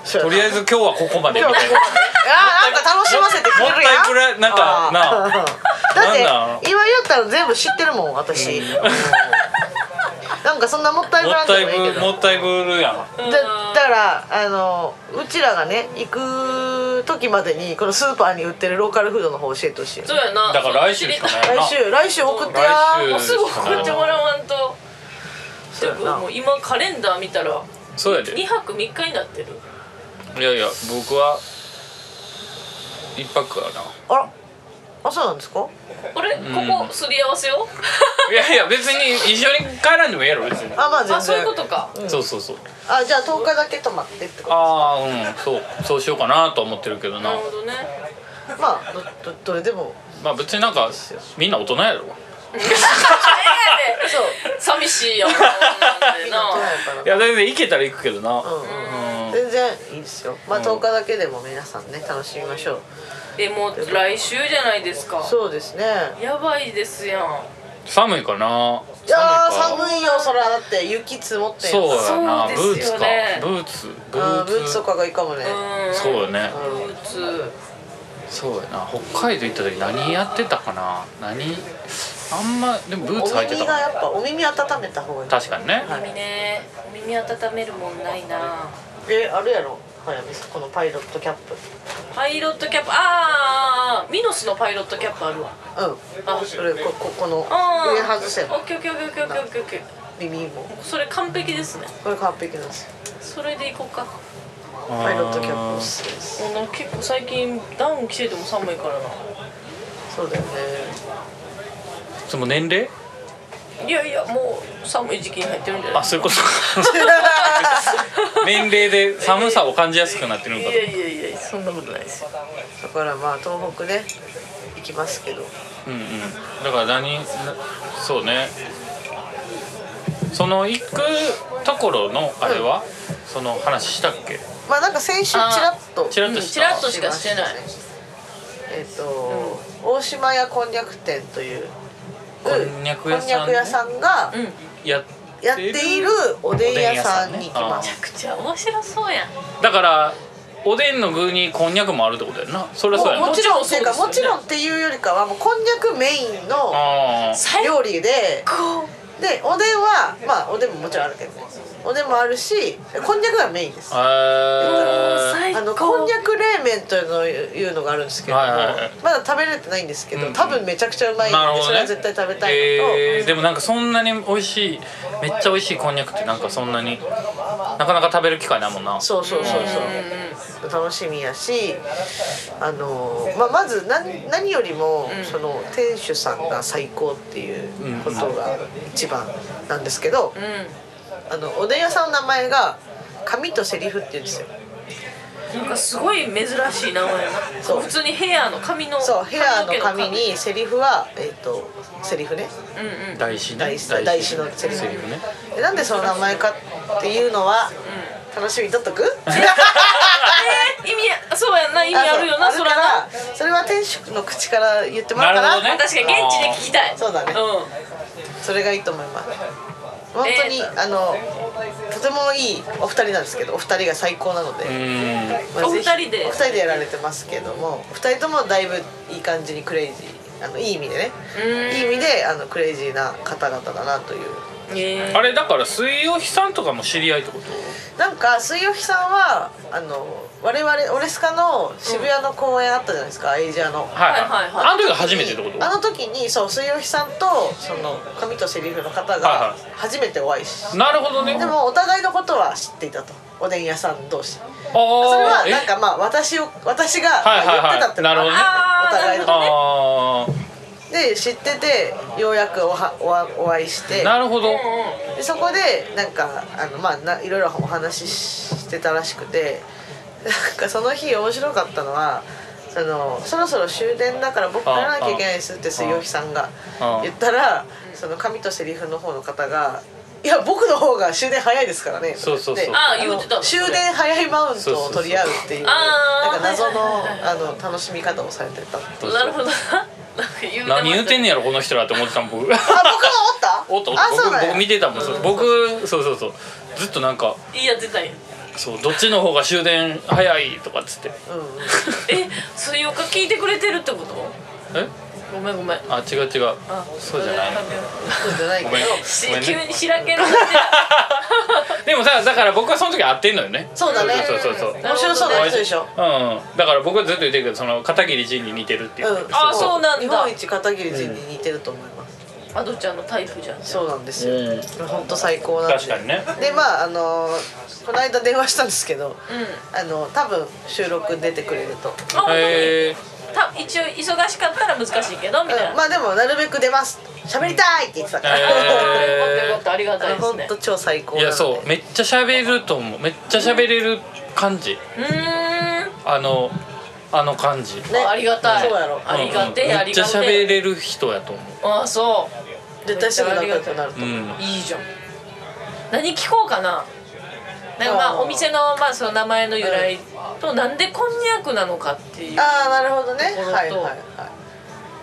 Speaker 1: そうや
Speaker 2: と
Speaker 1: な
Speaker 2: りあえず今日はここまで
Speaker 1: 今
Speaker 2: み
Speaker 1: 日はこ
Speaker 2: たい
Speaker 1: こ
Speaker 2: な
Speaker 1: まであーなんか楽しませてくれるやん
Speaker 2: もったいぶらなん
Speaker 1: あ
Speaker 2: か
Speaker 1: ー
Speaker 2: なあなん
Speaker 1: だ
Speaker 2: な
Speaker 1: っ
Speaker 2: ん
Speaker 1: て今言ったら全部知ってるもん私、うんなんかそんなもったいぶ
Speaker 2: も
Speaker 1: ら
Speaker 2: っ
Speaker 1: んでも
Speaker 2: た
Speaker 1: いい
Speaker 2: い
Speaker 1: けど
Speaker 2: ぶもったいぶるやん
Speaker 1: だだからあのうちらがね行く時までにこのスーパーに売ってるローカルフードの方教えてほしい
Speaker 3: そうやな
Speaker 2: だから来週しかない
Speaker 1: 来週来週送ってや
Speaker 2: 来週
Speaker 3: もうすぐ送ってもらわんと
Speaker 1: そ
Speaker 3: で
Speaker 1: うやな
Speaker 3: ももう今カレンダー見たら
Speaker 2: そうやで
Speaker 3: 2泊3日になってる
Speaker 2: いやいや僕は一泊かな
Speaker 1: あらあそうなんですか
Speaker 3: あれここすり合わせよ
Speaker 2: いやいや別に一緒に帰らんでもええやろ別に
Speaker 1: あまあ全然
Speaker 3: あそういうことか
Speaker 2: そうそうそう
Speaker 1: あじゃあ10日だけ泊まってってこと
Speaker 2: ああうんそうそうしようかなと思ってるけどな
Speaker 3: なるほどね
Speaker 1: まあどどどれでも
Speaker 2: まあ別になんかみんな大人やろ
Speaker 3: え
Speaker 1: そう
Speaker 3: え寂しいやんなんで
Speaker 1: みん
Speaker 3: な
Speaker 1: な大人やから
Speaker 2: いや全然行けたら行くけどな
Speaker 1: うんうん全然いいですよまあ10日だけでも皆さんね楽しみましょう
Speaker 3: えもう来週じゃないですか
Speaker 1: そうですね
Speaker 3: やばいですやん
Speaker 2: 寒いかない
Speaker 1: やー
Speaker 2: か
Speaker 1: 寒いよそらだって雪積もってん
Speaker 2: そうやなブ
Speaker 3: そう
Speaker 2: ー
Speaker 3: で
Speaker 2: ツ
Speaker 3: す
Speaker 2: か
Speaker 3: よね
Speaker 2: ブーツブ
Speaker 1: あ
Speaker 2: ー
Speaker 1: ー
Speaker 2: ツ
Speaker 1: ブーツとかがいいかもね
Speaker 3: うん
Speaker 2: そうやね
Speaker 3: ブーツ
Speaker 2: そうやな北海道行った時何やってたかな何あんまでもブー
Speaker 1: お
Speaker 2: ツ履いて
Speaker 1: 耳が
Speaker 2: た
Speaker 1: やっぱお耳温めた方がいい
Speaker 2: 確かにね
Speaker 1: はい
Speaker 3: 耳ね耳温めるもんないな
Speaker 1: えあるやろ早見さんこのパイロットキャップ
Speaker 3: パイロットキャップあーミノスのパイロットキャップあるわ
Speaker 1: うんあそれこここの
Speaker 3: あー
Speaker 1: 上外せ
Speaker 3: オ
Speaker 1: ば
Speaker 3: ッケーオッケーオッケーオッケーオッケーオッケー
Speaker 1: 耳も
Speaker 3: それ完璧ですね
Speaker 1: これ完璧なんですよ
Speaker 3: それでいこうか
Speaker 1: パイロットキャップおすすめです
Speaker 3: もうなんか結 構最近ダウン着てても寒いからな
Speaker 1: そうだよね
Speaker 2: その年齢
Speaker 3: いやいやもう寒い時期に入ってるんじゃない
Speaker 2: あそういうこ とか年齢で寒さを感じやすくなってる
Speaker 3: い
Speaker 2: の
Speaker 3: や
Speaker 2: かと
Speaker 3: いやいやそんなことないですよ
Speaker 1: だからまあ東北ね行きますけど
Speaker 2: うんうんだから何なそうねその行くところのあれは、その話したっけ
Speaker 1: まあなんか先週ちらっと
Speaker 2: ちらっ
Speaker 3: うん
Speaker 2: と
Speaker 3: チ
Speaker 2: し
Speaker 3: ラ
Speaker 2: た、
Speaker 3: ッとしかしてない
Speaker 1: えっ、と、大島屋こんにゃく店という
Speaker 2: こんにゃく屋さん
Speaker 1: こんに
Speaker 2: ね
Speaker 1: ゃく屋さんが
Speaker 3: うんめ
Speaker 2: やっ
Speaker 1: やっているおでん屋さんに行きま
Speaker 2: おでん屋さんね
Speaker 1: す
Speaker 3: ちゃくちゃ面白そうやん
Speaker 2: だからおでんの具にこんにゃくもあるってことやんなそれはそうや
Speaker 1: も
Speaker 2: な
Speaker 1: うもちろんっていうか
Speaker 3: そ
Speaker 1: も
Speaker 3: うです
Speaker 1: ち
Speaker 3: よ
Speaker 1: ろ
Speaker 3: ね
Speaker 1: んっていうよりかはもうこんにゃくメインの
Speaker 2: あー
Speaker 3: 最
Speaker 1: 料理で
Speaker 3: 高
Speaker 1: でおでんはまあおでんももちろんあるけどねおでんもあるしこんにゃくがメインです
Speaker 3: もう
Speaker 2: え
Speaker 3: 最高
Speaker 1: あのこんにゃく冷麺というのをいうのがあるんですけども、
Speaker 2: はいはいはい
Speaker 1: まだ食べれてないんですけど、
Speaker 2: うん
Speaker 1: 多分めちゃくちゃうまいん
Speaker 2: ー、
Speaker 1: で、
Speaker 2: なるほ
Speaker 1: そ
Speaker 2: ど
Speaker 1: れは
Speaker 2: ね
Speaker 1: 絶対食べたいのと、
Speaker 2: えー、でもなんかそんなに美味しいめっちゃ美味しいこんにゃくってなんかそんなになかなか食べる機会ないもんな
Speaker 1: そうそうそうそう
Speaker 3: うんうん
Speaker 1: 楽しみやしあの、まあ、まず何何よりも、その店主さんが最高っていうことが一番なんですけど、
Speaker 3: うん
Speaker 1: あのおでん屋さんの名前が紙とセリフって言うんですよ
Speaker 3: うんなんかすごい珍しい名前やな
Speaker 1: そう
Speaker 3: 普通にヘアの髪の
Speaker 1: そうヘアの
Speaker 3: 髪
Speaker 1: 紙にセリフはえっ、とセリフね
Speaker 3: うんうん
Speaker 2: 大師ね
Speaker 1: 大師大師のセリフ
Speaker 2: セリフね
Speaker 1: でなんでその名前かっていうのは、楽しみにとっとく
Speaker 3: えー、意味そうやんな意味あるよ な
Speaker 1: あそ
Speaker 3: そう
Speaker 1: あ
Speaker 3: れ
Speaker 1: るから
Speaker 3: な
Speaker 1: それは店主の口から言ってもらうか
Speaker 2: な
Speaker 1: ら
Speaker 2: るほどね
Speaker 3: 確かに現地で聞きたい
Speaker 1: そうだね
Speaker 3: うん
Speaker 1: それがいいと思います本当に、
Speaker 3: え
Speaker 1: あのとてもいいお二人なんですけどお二人が最高なので、
Speaker 2: うーん
Speaker 1: まあ
Speaker 3: お二人で
Speaker 1: ぜひお二人でやられてますけどもお二人ともだいぶいい感じにクレイジーあのいい意味でね
Speaker 3: うん
Speaker 1: いい意味であのクレイジーな方々だなという
Speaker 3: えー
Speaker 2: あれだから水曜日さんとかも知り合いってこと
Speaker 1: なんか水曜日さんはあの我々オレスカの渋谷の公演あったじゃないですか、エイジアの。
Speaker 2: はい
Speaker 3: はいはいはい
Speaker 2: あの時が初めてってこと
Speaker 1: あの時にそう水曜日さんとその紙とセリフの方
Speaker 2: はい
Speaker 1: が
Speaker 2: は
Speaker 1: 初めてお会いし
Speaker 2: なるほどね
Speaker 1: でもお互いのことは知っていたとおでん屋さん同士
Speaker 2: あ
Speaker 1: それは
Speaker 2: ー
Speaker 1: なん
Speaker 2: え
Speaker 1: かまあ私を私が
Speaker 2: はいはいはい
Speaker 1: 言ってたってのが
Speaker 3: なるほどね
Speaker 1: お互いのこ
Speaker 2: あ
Speaker 1: とで知っててようやくおはおはお会いして
Speaker 2: ーなるほど
Speaker 1: でそこでなんかあのまあないろいろお話ししてたらしくてなんかその日面白かったのはそのそろそろ終電だから僕帰らなきゃいけないですって水曜日さんが
Speaker 2: ああ
Speaker 1: 言ったらその紙とセリフの方の方が「いや僕の方が終電早いですからね」
Speaker 2: そうそうそう
Speaker 1: で
Speaker 3: ああ言うてた
Speaker 1: の終電早いマウントを取り合うっていう
Speaker 3: そうそうそうああ
Speaker 1: なんか謎
Speaker 3: はい
Speaker 1: の
Speaker 3: はいはい
Speaker 1: あの楽しみ方をされてた
Speaker 2: どうぞ
Speaker 3: なるほどななんか言うました
Speaker 2: 何言うてんねやろこの人らって思ってたもん僕
Speaker 1: あ僕が
Speaker 2: お
Speaker 1: お
Speaker 2: っ
Speaker 1: った
Speaker 2: とおっと
Speaker 1: あそうなん
Speaker 2: 僕
Speaker 1: や
Speaker 2: 僕見てたもんそう僕そうそうそうずっとなんか
Speaker 3: いいや絶対
Speaker 2: そうどっちの方が終電早いとかっつって
Speaker 1: うん
Speaker 3: え水曜日聞いてくれてるってこと
Speaker 2: え
Speaker 3: ごめんごめん
Speaker 2: あ違う違う
Speaker 3: あ
Speaker 2: そうじゃない
Speaker 1: そうじゃないけ
Speaker 2: ご
Speaker 1: ど
Speaker 2: めん
Speaker 3: し
Speaker 2: ごめん
Speaker 3: 急
Speaker 2: ね
Speaker 3: にしらける感じだ
Speaker 2: でもさだから僕はその時会ってんのよね
Speaker 1: そうだね
Speaker 2: そうそうそうそう
Speaker 1: 面白そうな人でしょ
Speaker 2: うんうんだから僕はずっと言ってるけどその片桐仁に似てるって言ってる
Speaker 1: うん、
Speaker 3: あそうなんだ
Speaker 1: 日本一片桐仁に似てると思います、
Speaker 3: アドちゃんのタイプじゃん
Speaker 1: そうなんですよ、
Speaker 2: うん
Speaker 1: 本当最高なんで
Speaker 2: 確かにね
Speaker 1: でまああのこの間電話したんですけど、
Speaker 3: う
Speaker 1: あの多分収録出てくれると、
Speaker 3: んあ、
Speaker 2: へえ
Speaker 3: 本当にた一応忙しかったら難しいけどみ
Speaker 1: うん
Speaker 3: たいな、
Speaker 1: まあでもなるべく出ます喋りたいって言ってたから、
Speaker 2: へ
Speaker 3: よかったよかった ありがたいです
Speaker 1: 本
Speaker 3: ね
Speaker 1: 当超最高
Speaker 2: い
Speaker 1: なので
Speaker 2: やそうめっちゃ喋ると思うめっちゃ喋れる感じ
Speaker 3: うーん
Speaker 2: あのあの感じ
Speaker 1: ね
Speaker 3: あありがたい
Speaker 1: そうやろ
Speaker 3: ありがてえ
Speaker 2: うんうん
Speaker 3: あ
Speaker 2: め
Speaker 3: り
Speaker 2: っちゃ
Speaker 3: がてえ
Speaker 2: 喋れる人やと思
Speaker 3: あそう
Speaker 1: 絶対すぐ仲良くなると
Speaker 2: うう
Speaker 1: 思う、
Speaker 2: ん
Speaker 3: いいじゃん何聞こうかななんかま
Speaker 1: あ
Speaker 3: あ
Speaker 1: ー
Speaker 3: お店のまあその名前の由来となんでこんにゃくなのかっていう
Speaker 1: ああなるほどね
Speaker 3: ところと
Speaker 1: はいはいはい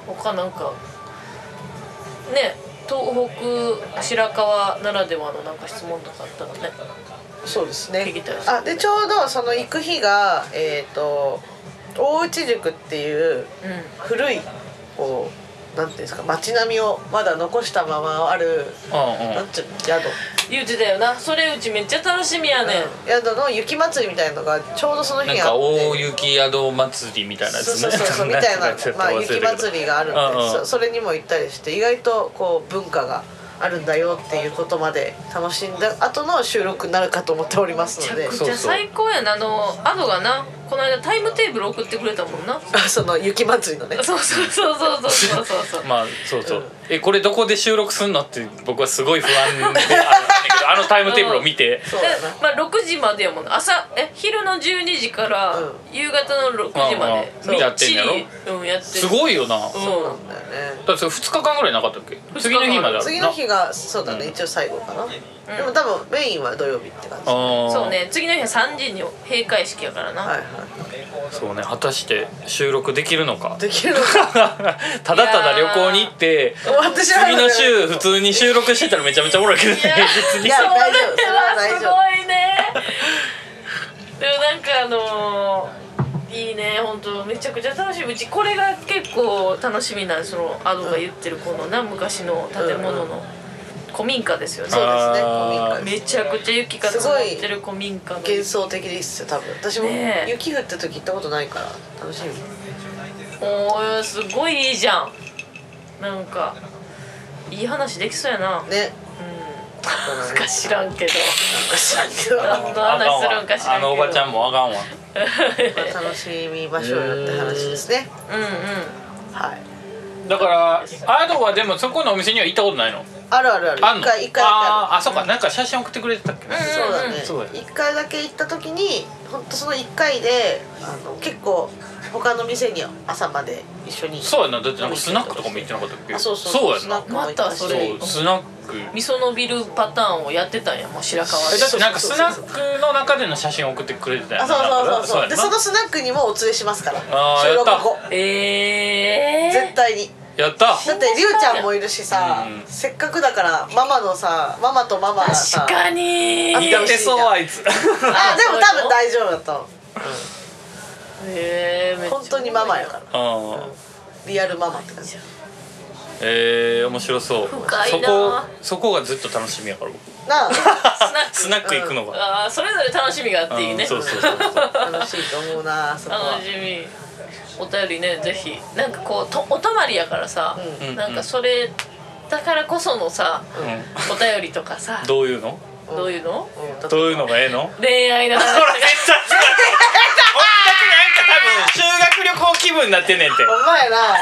Speaker 3: 他なんかね東北白川ならではのなんか質問とかあったらね
Speaker 1: そうですね
Speaker 3: 聞きたいです
Speaker 1: あでちょうどその行く日がえっ、と大内塾っていう
Speaker 3: う
Speaker 1: 古いこうなんていうんですか街並みをまだ残したままある
Speaker 2: うんう
Speaker 1: なん
Speaker 2: ん
Speaker 1: ていうの宿、
Speaker 3: ん言うてたよなそれうちめっちゃ楽しみやね
Speaker 1: うん
Speaker 3: ん、
Speaker 1: 宿の雪まつりみたいなのがちょうどその日
Speaker 2: なん
Speaker 1: にあ
Speaker 2: か
Speaker 1: って
Speaker 2: 大雪宿祭りみたい なやつ
Speaker 1: そう
Speaker 2: ね
Speaker 1: そうそうそうみたいなまあ雪まつりがあるんで、
Speaker 2: うんうん
Speaker 1: そそれにも行ったりして意外とこう文化があるんだよっていうことまで楽しんだ後の収録になるかと思っておりますので
Speaker 3: めっ
Speaker 2: そう
Speaker 3: ちゃ最高やなあのアドがなこの間タイムテーブル送ってくれたもんな
Speaker 1: あその雪祭りのね
Speaker 3: そうそうそうそうそうそうそうそう
Speaker 2: まあそうそう、
Speaker 1: うん
Speaker 2: えこれどこで収録すんのって僕はすごい不安であるんだけどあのタイムテーブルを見て
Speaker 1: そうだな
Speaker 3: でまあ、6時までやもんな朝え昼の12時から
Speaker 1: うん
Speaker 3: 夕方の6時まで
Speaker 2: うんうん
Speaker 3: みっち
Speaker 2: やってん
Speaker 3: りうんやってる
Speaker 2: すごいよな、
Speaker 3: うん
Speaker 2: だ
Speaker 1: そうなんだよね
Speaker 2: ってそれ2日間ぐらいなかったっけ
Speaker 3: 間
Speaker 2: 次の日まであるな
Speaker 1: 次の日がそうだね一応最後かな、でも多分メインは土曜日って感じ、はい
Speaker 2: あー
Speaker 3: そうね次の日は3時に閉会式やからな、
Speaker 1: はい
Speaker 2: そうね果たして収録できるのか
Speaker 1: できるのか
Speaker 2: ただただ旅行に行って
Speaker 1: 私は
Speaker 2: 次の週普通に収録してたらめちゃめちゃおもろいけどね
Speaker 3: いや
Speaker 2: 平日
Speaker 1: い
Speaker 2: に
Speaker 1: や
Speaker 3: それ
Speaker 1: 大丈夫それは
Speaker 3: は
Speaker 1: 大
Speaker 3: す
Speaker 1: 丈
Speaker 3: ごいねでもなんかあのーいいね本当めちゃくちゃ楽しみうちこれが結構楽しみなんそのアドが言ってるこのな昔の建物の古民家ですよね、
Speaker 1: そうですね
Speaker 2: あー
Speaker 1: 古民家です
Speaker 3: めちゃくちゃ雪が積もってる古民家の
Speaker 1: 幻想的ですよ多分私も
Speaker 3: ねえ
Speaker 1: 雪降った時行ったことないから楽しみ
Speaker 3: おおすごいいいじゃんなんかいい話できそうやな、
Speaker 1: ね
Speaker 3: うんなんか知らん
Speaker 1: なんか
Speaker 3: けど
Speaker 1: 知らんけど
Speaker 3: 何の話するんか知らんけど
Speaker 2: あのおばちゃんもあかんわ
Speaker 1: 楽しみましょうよって話ですね
Speaker 3: うんうん
Speaker 1: はい
Speaker 2: だからアドはでもそこのお店には行ったことないの
Speaker 1: あるあるある
Speaker 2: あん
Speaker 1: 一
Speaker 2: の
Speaker 1: 回一回
Speaker 2: あ
Speaker 1: だ
Speaker 2: ーあそっかなんか写真送ってくれてたっけ、
Speaker 1: け
Speaker 3: ん
Speaker 1: そうだね
Speaker 2: そうだね
Speaker 1: 一回だけ行った時に本当その一回であの結構他の店に朝まで一緒に
Speaker 2: そうやなだってなんかスナックとかも行ってなかったっけ
Speaker 1: あそうそう
Speaker 2: やんな
Speaker 1: スナックも行ったし
Speaker 3: またそれ
Speaker 2: そうスナック
Speaker 3: 味噌のビルパターンをやってたんやもう白川
Speaker 2: え
Speaker 3: で
Speaker 2: だってなんかスナックの中での写真送ってくれてたや
Speaker 1: あ
Speaker 2: ん
Speaker 1: そうそうそうそう
Speaker 2: なん
Speaker 1: でそ
Speaker 2: かなやんな
Speaker 1: のスナックにもお連れしますから
Speaker 2: あー
Speaker 1: 収録
Speaker 2: やった
Speaker 1: 後
Speaker 3: えー、
Speaker 1: 絶対に
Speaker 2: やった
Speaker 1: だってりゅうちゃんもいるしさ、
Speaker 2: うん
Speaker 1: せっかくだからママのさママとママがさ
Speaker 3: 確かに
Speaker 1: あ
Speaker 2: 似てそうあい
Speaker 1: あ
Speaker 2: つ
Speaker 1: でも多分大丈夫だと思
Speaker 3: えー、めっ
Speaker 1: う
Speaker 3: ちゃ
Speaker 1: 本当にママやから
Speaker 2: ああ
Speaker 1: リアルママって感じ
Speaker 2: えー、面白そう
Speaker 3: 深
Speaker 2: そ
Speaker 3: いな
Speaker 2: こそこがずっと楽しみやから僕
Speaker 1: な
Speaker 2: スナック行くのが、
Speaker 3: あーそれぞれ楽しみがあっていいね
Speaker 2: うんそうそうそうそう
Speaker 1: あ楽しいと思うなそこは
Speaker 3: 楽しみお便りねぜひなんかこうとお泊まりやからさ、
Speaker 2: うん
Speaker 3: なんかそれだからこそのさ、
Speaker 2: う
Speaker 3: お便りとかさ
Speaker 2: ん、どういうの
Speaker 1: うん
Speaker 3: どういうの
Speaker 1: うんだって
Speaker 2: どういうのがええの
Speaker 3: 恋愛の話
Speaker 2: ほらめっちゃ違うこんだけなんか多分修学旅行気分になってんねんて
Speaker 1: お前な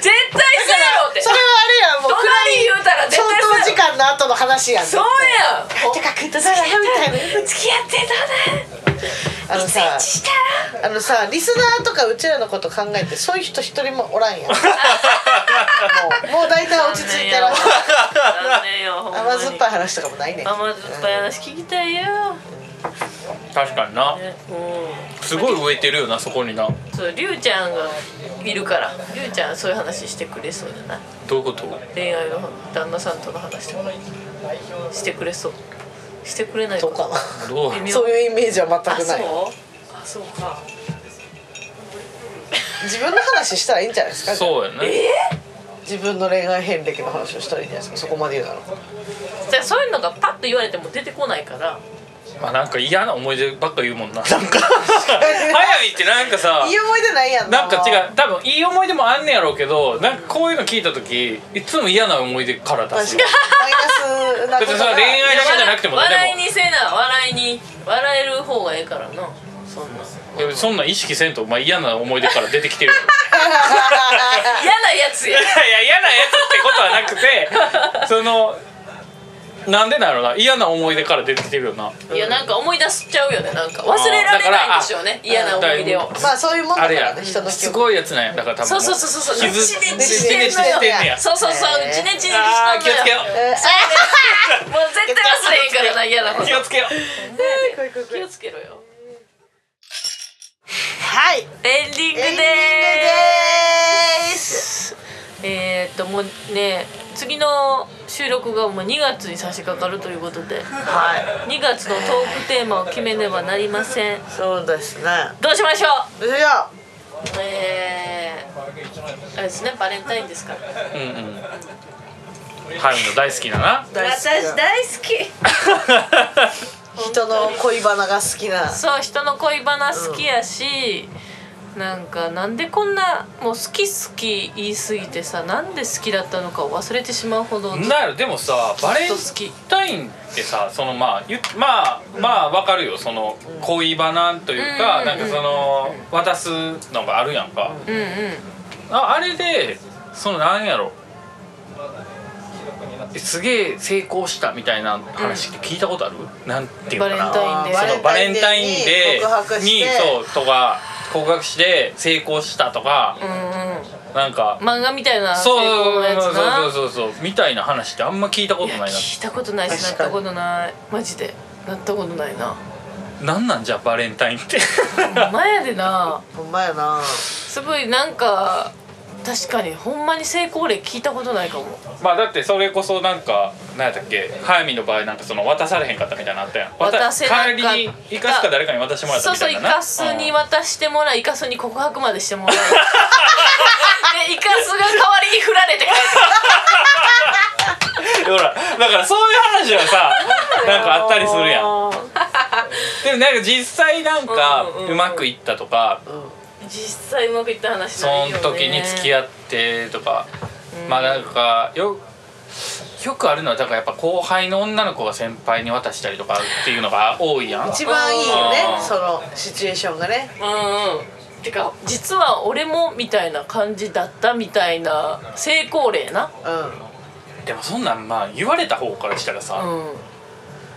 Speaker 3: 絶対そうやろって
Speaker 1: それはあれやんもう暗
Speaker 3: 隣言うたら
Speaker 1: い
Speaker 3: 絶
Speaker 1: 消
Speaker 3: 対
Speaker 1: 灯時
Speaker 3: そうやろ
Speaker 1: 間の後の話やん
Speaker 3: そうやん
Speaker 1: てかくっとさらみたい
Speaker 3: 付き合ってた
Speaker 1: なあの
Speaker 3: ね
Speaker 1: さ
Speaker 3: 一致したら
Speaker 1: あのさリスナーとかうちらのこと考えてそういう人一人もおら んやんもうもう大体落ち着いてらっしゃる
Speaker 3: 残念 よほんまに
Speaker 1: 甘酸っぱい話とかもないね
Speaker 3: 甘酸っぱい話聞きたいよ、
Speaker 2: 確かにな
Speaker 3: ね
Speaker 2: すごい植えてるよなそこにな
Speaker 3: うんそうりゅうちゃんがいるからりゅうちゃんそういう話してくれそうじゃない
Speaker 2: どういうこと
Speaker 3: 恋愛の旦那さんとの話とかしてくれそうしてくれない
Speaker 1: そうかな
Speaker 2: どう
Speaker 3: 微妙
Speaker 1: そういうイメージは全
Speaker 3: あ
Speaker 1: く
Speaker 3: そ
Speaker 1: な
Speaker 3: う
Speaker 1: い
Speaker 3: あそうか
Speaker 1: 自分の話したらいいんじゃないですか
Speaker 2: そうやね
Speaker 1: 自分の恋愛遍歴の話をしたらいいんじゃないですかそこまで言うなら
Speaker 3: じゃあそういうのがパッと言われても出てこないから
Speaker 2: まあなんか嫌な思い出ばっか言うもんななんか早見ってなんかさ
Speaker 1: いい思い出ないやん
Speaker 2: なんか違う多分いい思い出もあんねやろうけどなんかこういうの聞いた時いつも嫌な思い出から出
Speaker 1: 確
Speaker 2: す
Speaker 1: かにマイナスなこと
Speaker 2: 別にそれは恋愛だけじゃなくてもね
Speaker 3: 笑い
Speaker 2: で も
Speaker 3: にせな笑いに笑える方がええからなそんない
Speaker 2: やそんなん意識せんと、まあ、嫌な思い出から出てきてるよ
Speaker 3: 嫌なやつや
Speaker 2: いや嫌なやつってことはなくて そのなんでなんやろな嫌な思い出から出てきてるよない
Speaker 3: やなんか思い出しちゃうよねなんか忘れられないんでしょうね嫌な思い出を
Speaker 2: だ
Speaker 1: まあそういうもんだ
Speaker 2: あ
Speaker 1: か
Speaker 2: れ
Speaker 1: ら
Speaker 2: や
Speaker 1: ね人の
Speaker 2: す
Speaker 1: 記憶
Speaker 2: ごいやつなんやだから多分
Speaker 3: そうそうそうそうそう
Speaker 2: 傷
Speaker 3: ちねちね
Speaker 2: ち
Speaker 3: してんの
Speaker 2: ねちね
Speaker 3: よ
Speaker 2: してんねや
Speaker 3: そうそうそう
Speaker 1: えー
Speaker 3: ちねちねし
Speaker 2: あ
Speaker 3: た
Speaker 2: ー気をつけよ
Speaker 3: のよ
Speaker 1: えー
Speaker 3: もう絶対忘れへんからな嫌な こ
Speaker 2: う
Speaker 3: と
Speaker 2: 気をつけよう
Speaker 3: 気をつけろよ
Speaker 1: はいエン
Speaker 3: エンディング
Speaker 1: ディング
Speaker 3: で
Speaker 1: でーす
Speaker 3: ーすえーっともうね次の収録がもう2月に差し掛かるということで
Speaker 1: はい
Speaker 3: 2月のトークテーマを決めねばなりません
Speaker 1: そうですね
Speaker 3: どうしましょ
Speaker 1: それじゃあ
Speaker 3: うえー、あれですねバレンタインですから
Speaker 2: うんうん春の大好きだな
Speaker 1: 大好き
Speaker 3: 私
Speaker 1: な
Speaker 3: 大好き
Speaker 1: 人の恋バナが好きな
Speaker 3: そう人の恋バナ好きやし、なんかなんでこんなもう好き好き言い過ぎてさなんで好きだったのかを忘れてしまうほ
Speaker 2: な
Speaker 3: ど
Speaker 2: んやろでもさバレンタインってさそのまあゆまあまあわかるよその恋バナというか、
Speaker 3: うん
Speaker 2: なんかその渡すのがあるやんか、
Speaker 3: うんうん
Speaker 2: ああれでそのなんやろすげえ成功したみたいな話って聞いたことある、なんていうのかな
Speaker 3: バレンタインデー
Speaker 2: そのバレンタインデ
Speaker 1: 告白
Speaker 2: ー
Speaker 1: し
Speaker 2: に
Speaker 1: て
Speaker 2: そうとか告白して成功したとか、
Speaker 3: うんうん
Speaker 2: なんか
Speaker 3: 漫画みたいな
Speaker 2: そう
Speaker 3: 成功のやつ
Speaker 2: そう
Speaker 3: な
Speaker 2: そうそうそうそうみたいな話ってあんま聞いたことない
Speaker 3: い
Speaker 2: な
Speaker 3: や聞いたことないしなっ
Speaker 1: 確か
Speaker 3: た
Speaker 1: に
Speaker 3: ことないマジでなったことないな
Speaker 2: なんなんじゃバレンタインって
Speaker 3: ほんまやでな
Speaker 1: ほんまやな
Speaker 3: すごいなんか確かにほんまに成功例聞いたことないかも
Speaker 2: まあだってそれこそなんか何やったっけ早見の場合なんかその渡されへんかったみたいなのあったやん
Speaker 3: 渡せなかった
Speaker 2: 帰りに生かすか誰かに渡してもらった
Speaker 3: そう
Speaker 2: みた
Speaker 3: そう
Speaker 2: い
Speaker 3: イ
Speaker 2: な
Speaker 3: カスに
Speaker 2: は
Speaker 3: 渡してもらいイカスに告白までしても らいでイカスが代わりに振られて帰ってき
Speaker 2: ほらだからそういう話は さなんかあったりするや
Speaker 1: ん
Speaker 2: んでもなんか実際なんか
Speaker 3: うんうんうん
Speaker 2: うまくいったとか
Speaker 3: た実際うまくいった話
Speaker 2: そ
Speaker 3: ないよ
Speaker 2: の
Speaker 3: ね
Speaker 2: 時に付き
Speaker 3: 合
Speaker 2: 合ってとかまあなんかよよくあるのはだからやっぱ後輩の女の子が先輩に渡したりとかっていうのが多いやん
Speaker 1: 一番いいよね
Speaker 2: うん
Speaker 1: そのシチュエーションがね
Speaker 3: うんうんてか実は俺もみたいな感じだったみたいな成功例な
Speaker 1: う
Speaker 2: でもそんなんまあ言われた方からしたらさ、
Speaker 3: うん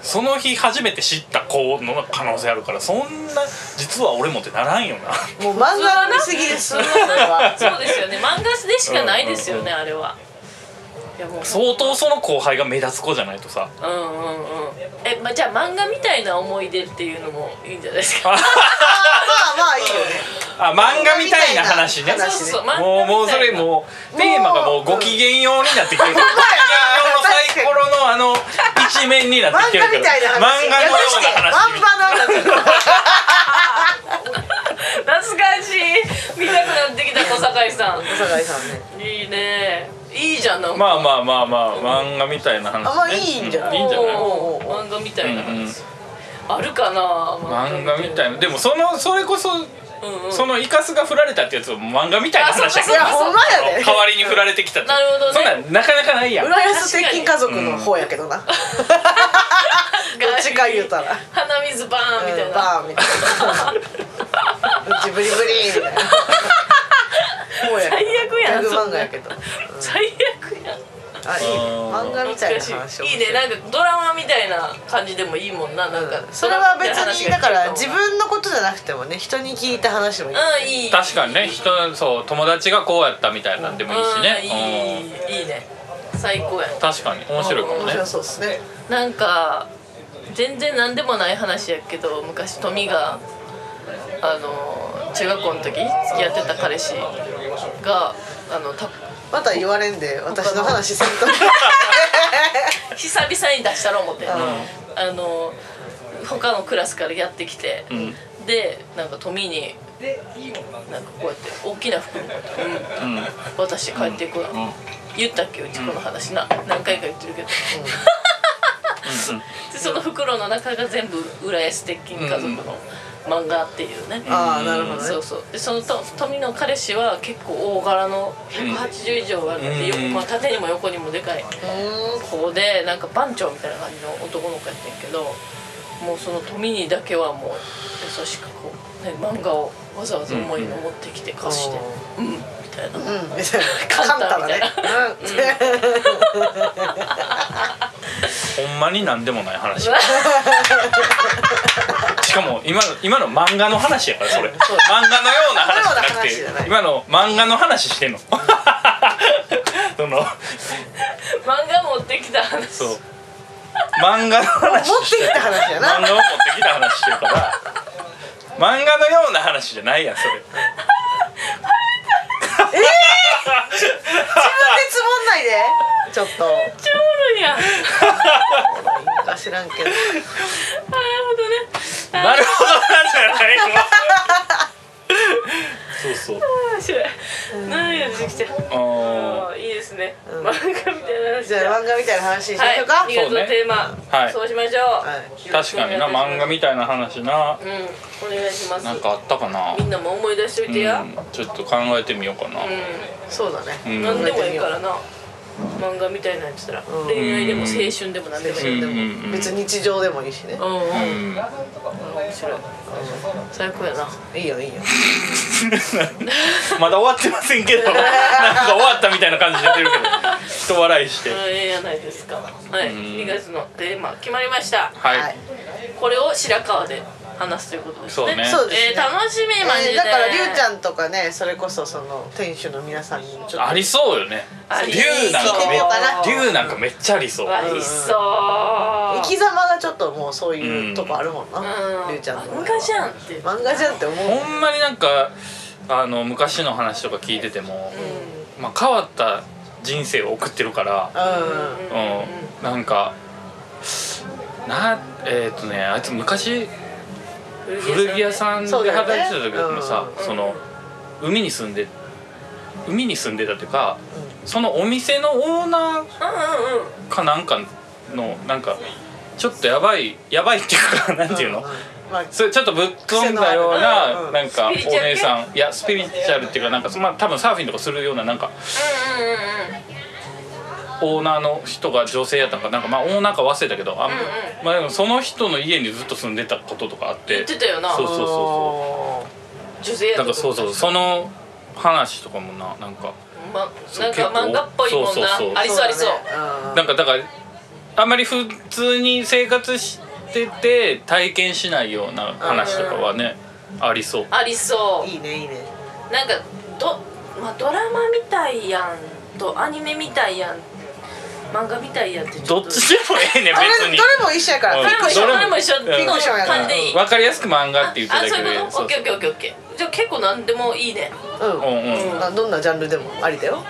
Speaker 2: その日初めて知った子の可能性あるからそんな実は俺もってならんよな
Speaker 1: ん もう漫画見すぎですそれは
Speaker 3: そうですよね漫画でしかないですよねあれはいやもう
Speaker 2: 相当その後輩が目立つ子じゃないとさ
Speaker 3: うんうんうんえ、ま、じゃあ漫画みたいな思い出っていうのもいいんじゃないです か
Speaker 1: まあまあいいよね
Speaker 2: あ漫画みたいな話ね
Speaker 1: 漫画みたいな話
Speaker 3: そうそうそう漫画みたいな
Speaker 2: もうもうそれもうテーマがもうご機嫌ようになってきてるご機嫌ようのサイコロのあの一面になっ
Speaker 1: 漫画
Speaker 2: てきてるけど
Speaker 1: みたいな話
Speaker 2: 漫画のような話
Speaker 1: 漫画なんだけど
Speaker 3: 懐かしい見たくなってきた小堺さん
Speaker 1: 小堺さんね
Speaker 3: いいねいいじゃんなんか
Speaker 2: まあまあまあまあ漫画みたいな話、ね、
Speaker 1: あまあいいんじゃない
Speaker 2: いいんじゃない
Speaker 3: おー漫画みたいな
Speaker 2: うんうん
Speaker 3: 話、あるかな
Speaker 2: 漫画みたいなでもそのそれこそ
Speaker 3: うんうん
Speaker 2: そのイカスが振られたってやつも漫画みたいな話や
Speaker 3: あ
Speaker 2: け
Speaker 1: い
Speaker 3: そ
Speaker 2: ど
Speaker 3: う
Speaker 1: やほんまやね
Speaker 2: 代わりに振られてきたって
Speaker 3: なるほどね
Speaker 2: そんなんなかなかないやん
Speaker 1: 浦安鉄筋家族の方やけど などっちか言うたら
Speaker 3: 鼻水バーンみたいな、
Speaker 1: バーンみたいなうちブリブリみたいな方やけど
Speaker 3: 最悪やん
Speaker 1: ギャグ漫画やけど
Speaker 3: 最悪やん
Speaker 1: あいいね漫画みたいな
Speaker 3: 懐か
Speaker 1: 話
Speaker 3: しいいいねなんかドラマみたいな感じでもいいもんななんか、
Speaker 1: それは別にだから自
Speaker 3: うん
Speaker 1: 分のことじゃなくてもね人に聞いた話でもいい
Speaker 3: いい
Speaker 2: 確かにね人そう友達がこうやったみたいなんでもいいし
Speaker 3: うんい
Speaker 2: ね、
Speaker 3: いいいね最高や
Speaker 2: うん、確かに面白いかも
Speaker 1: 面
Speaker 2: ね
Speaker 1: 白そうですね
Speaker 3: なんか全然何でもない話やけど昔富があの中学校の時付き合ってた彼氏があのた
Speaker 1: また言われんで私の話せんと
Speaker 3: 久々に出したろ思って、
Speaker 1: うん
Speaker 3: あの他のクラスからやってきて、
Speaker 2: ん
Speaker 3: でなんか富になんかこうやって大きな服をこうやって
Speaker 2: うん
Speaker 3: 渡して帰っていくわ、
Speaker 2: うん
Speaker 3: 言ったっけうちこの話な、何回か言ってるけど、でその袋の中が全部浦安鉄筋家族の漫画っていうね、
Speaker 1: ああなるほど
Speaker 3: そう
Speaker 1: ね
Speaker 3: そうでそのと富の彼氏は結構大柄の180以上あるんで、よ
Speaker 2: うん
Speaker 3: まあ、縦にも横にもでかい
Speaker 1: うん
Speaker 3: 子でなんか番長みたいな感じの男の子やってんけどもうその富にだけはもう優しくこう、ね、漫画をわざわざ思いを持ってきて貸して「うん」みたいな
Speaker 1: うんみたいな
Speaker 3: 簡
Speaker 1: 簡
Speaker 3: 単
Speaker 1: 単
Speaker 3: み
Speaker 1: だ
Speaker 3: たい
Speaker 1: ね
Speaker 3: な
Speaker 2: ほんまに何でもない話しかも今の今の漫画の話やからそれ漫
Speaker 1: そう
Speaker 2: 画のような話じゃなく
Speaker 1: 漫画のような話じゃない
Speaker 2: て今の漫画の話してんの その
Speaker 3: 漫画持ってきた話
Speaker 2: そう漫画
Speaker 1: 持
Speaker 2: の
Speaker 1: っ
Speaker 2: 話
Speaker 1: てきた話やな
Speaker 2: 漫画を持ってきた話してるから漫画のような話じゃないやんそれ
Speaker 1: 自分でつぼんないでちょっと
Speaker 3: 超おるやんなる
Speaker 1: いいか知らんけど
Speaker 3: ほどね
Speaker 2: なるほどなんじゃないのそうそう
Speaker 3: 面白い 何やじきちゃん
Speaker 2: あ
Speaker 3: あーいいですね、
Speaker 1: うん
Speaker 3: 漫画みたいな話
Speaker 1: じゃあ漫画みたいな話にしま
Speaker 3: はい
Speaker 1: しょうか、
Speaker 3: 2月のテーマそう,、
Speaker 2: はい
Speaker 3: しましょう、
Speaker 1: はい
Speaker 2: 確かにな漫画みたいな話な
Speaker 3: うんお願いします
Speaker 2: なんかあったかな
Speaker 3: みんなも思い出しといてや
Speaker 2: うんちょっと考えてみようかな、
Speaker 3: う、
Speaker 1: そうだね、
Speaker 2: うんん
Speaker 3: 何でもいいからな漫画みたいなやつたら、
Speaker 1: うん
Speaker 3: 恋愛でも青春でも何でもいい、
Speaker 1: で
Speaker 2: うんうんう
Speaker 1: も
Speaker 2: ん
Speaker 1: 別に日常でもいいしね
Speaker 3: う、んうん、
Speaker 2: うん
Speaker 3: 面白い最高やない
Speaker 1: いよいいよ
Speaker 2: まだ終わってませんけどなんか終わったみたいな感じで出てるけど人笑いして
Speaker 3: あええやないですかはい
Speaker 2: うん
Speaker 3: 2月のテーマ決まりました
Speaker 2: はい、
Speaker 1: はい
Speaker 3: これを白川で話すということですね
Speaker 2: そうね
Speaker 1: そうですね
Speaker 3: えー楽しみマジ
Speaker 1: え
Speaker 3: で、
Speaker 1: ーだからりゅうちゃんとかねそれこそその店主の皆さんにもちょっ
Speaker 2: あ
Speaker 1: と
Speaker 2: りそうよね
Speaker 3: あり
Speaker 2: 竜なん
Speaker 1: 聞いてみようか
Speaker 2: か
Speaker 1: な
Speaker 2: め竜なんかめっちゃありそう
Speaker 3: わいそう
Speaker 1: 生き様がちょっともうそういうとこあるもんな、
Speaker 3: うん
Speaker 1: りゅうちゃんの
Speaker 3: 漫画じゃんってうん
Speaker 1: 漫画じゃんって思う
Speaker 2: ほんまになんかあの昔の話とか聞いてても、まあ、変わった人生を送ってるから、
Speaker 1: うん
Speaker 2: うんなんかなえっ、とねあいつ昔古着屋さんで
Speaker 1: そうだよね
Speaker 2: 働いてた時もさ
Speaker 1: うん
Speaker 2: その海に住んで海に住んでたというか、そのお店のオーナー
Speaker 3: うんうんうん
Speaker 2: かなんかのなんかちょっとやばいやばいっていうかなんていうの、
Speaker 1: まあ
Speaker 2: それちょっとぶっ飛んだよう
Speaker 1: 癖のある
Speaker 2: な
Speaker 1: うん
Speaker 2: なんかお
Speaker 3: スピリチュアル系
Speaker 2: 姉さんいやスピリチュアルっていうかなんかまあ多分サーフィンとかするようななんか
Speaker 3: うんうんうん
Speaker 2: オーナーの人が女性やったんかなんかまあオーナーか忘れたけどあん
Speaker 3: ん
Speaker 2: まあでもその人の家にずっと住んでたこととかあって
Speaker 3: 言ってたよな
Speaker 2: そうそうそうそ
Speaker 3: うん女性や
Speaker 2: うなんかそうそううその話とかもななんか
Speaker 3: ま
Speaker 2: そう
Speaker 3: なんか漫画っぽいもん
Speaker 2: 結構
Speaker 3: な
Speaker 2: そうそうそう
Speaker 3: ありそうありそう
Speaker 2: なんかだからあんまり普通に生活してて体験しないような話とかはねありそう
Speaker 3: ありそ
Speaker 1: うんいいねいいね
Speaker 3: うなんかどまあドラマみたいやんとアニメみたいやん漫画みたいやんってちょ
Speaker 2: ど
Speaker 3: と
Speaker 2: っちでもええねん
Speaker 1: どれ
Speaker 2: 別に
Speaker 1: どれも一緒やから
Speaker 2: うん
Speaker 1: フィ
Speaker 3: どれも
Speaker 1: クシ
Speaker 3: 一緒
Speaker 1: ョン
Speaker 3: どれも一緒
Speaker 2: うん
Speaker 3: の感じでいい
Speaker 2: わかりやすく漫画って言って
Speaker 3: あ
Speaker 2: た
Speaker 3: そう
Speaker 2: けど
Speaker 3: いうことオッケーオッケーオッケーオッケーじゃあ結構なんでもいいね
Speaker 1: うん
Speaker 2: うんうん
Speaker 1: あどんなジャンルでもありだよ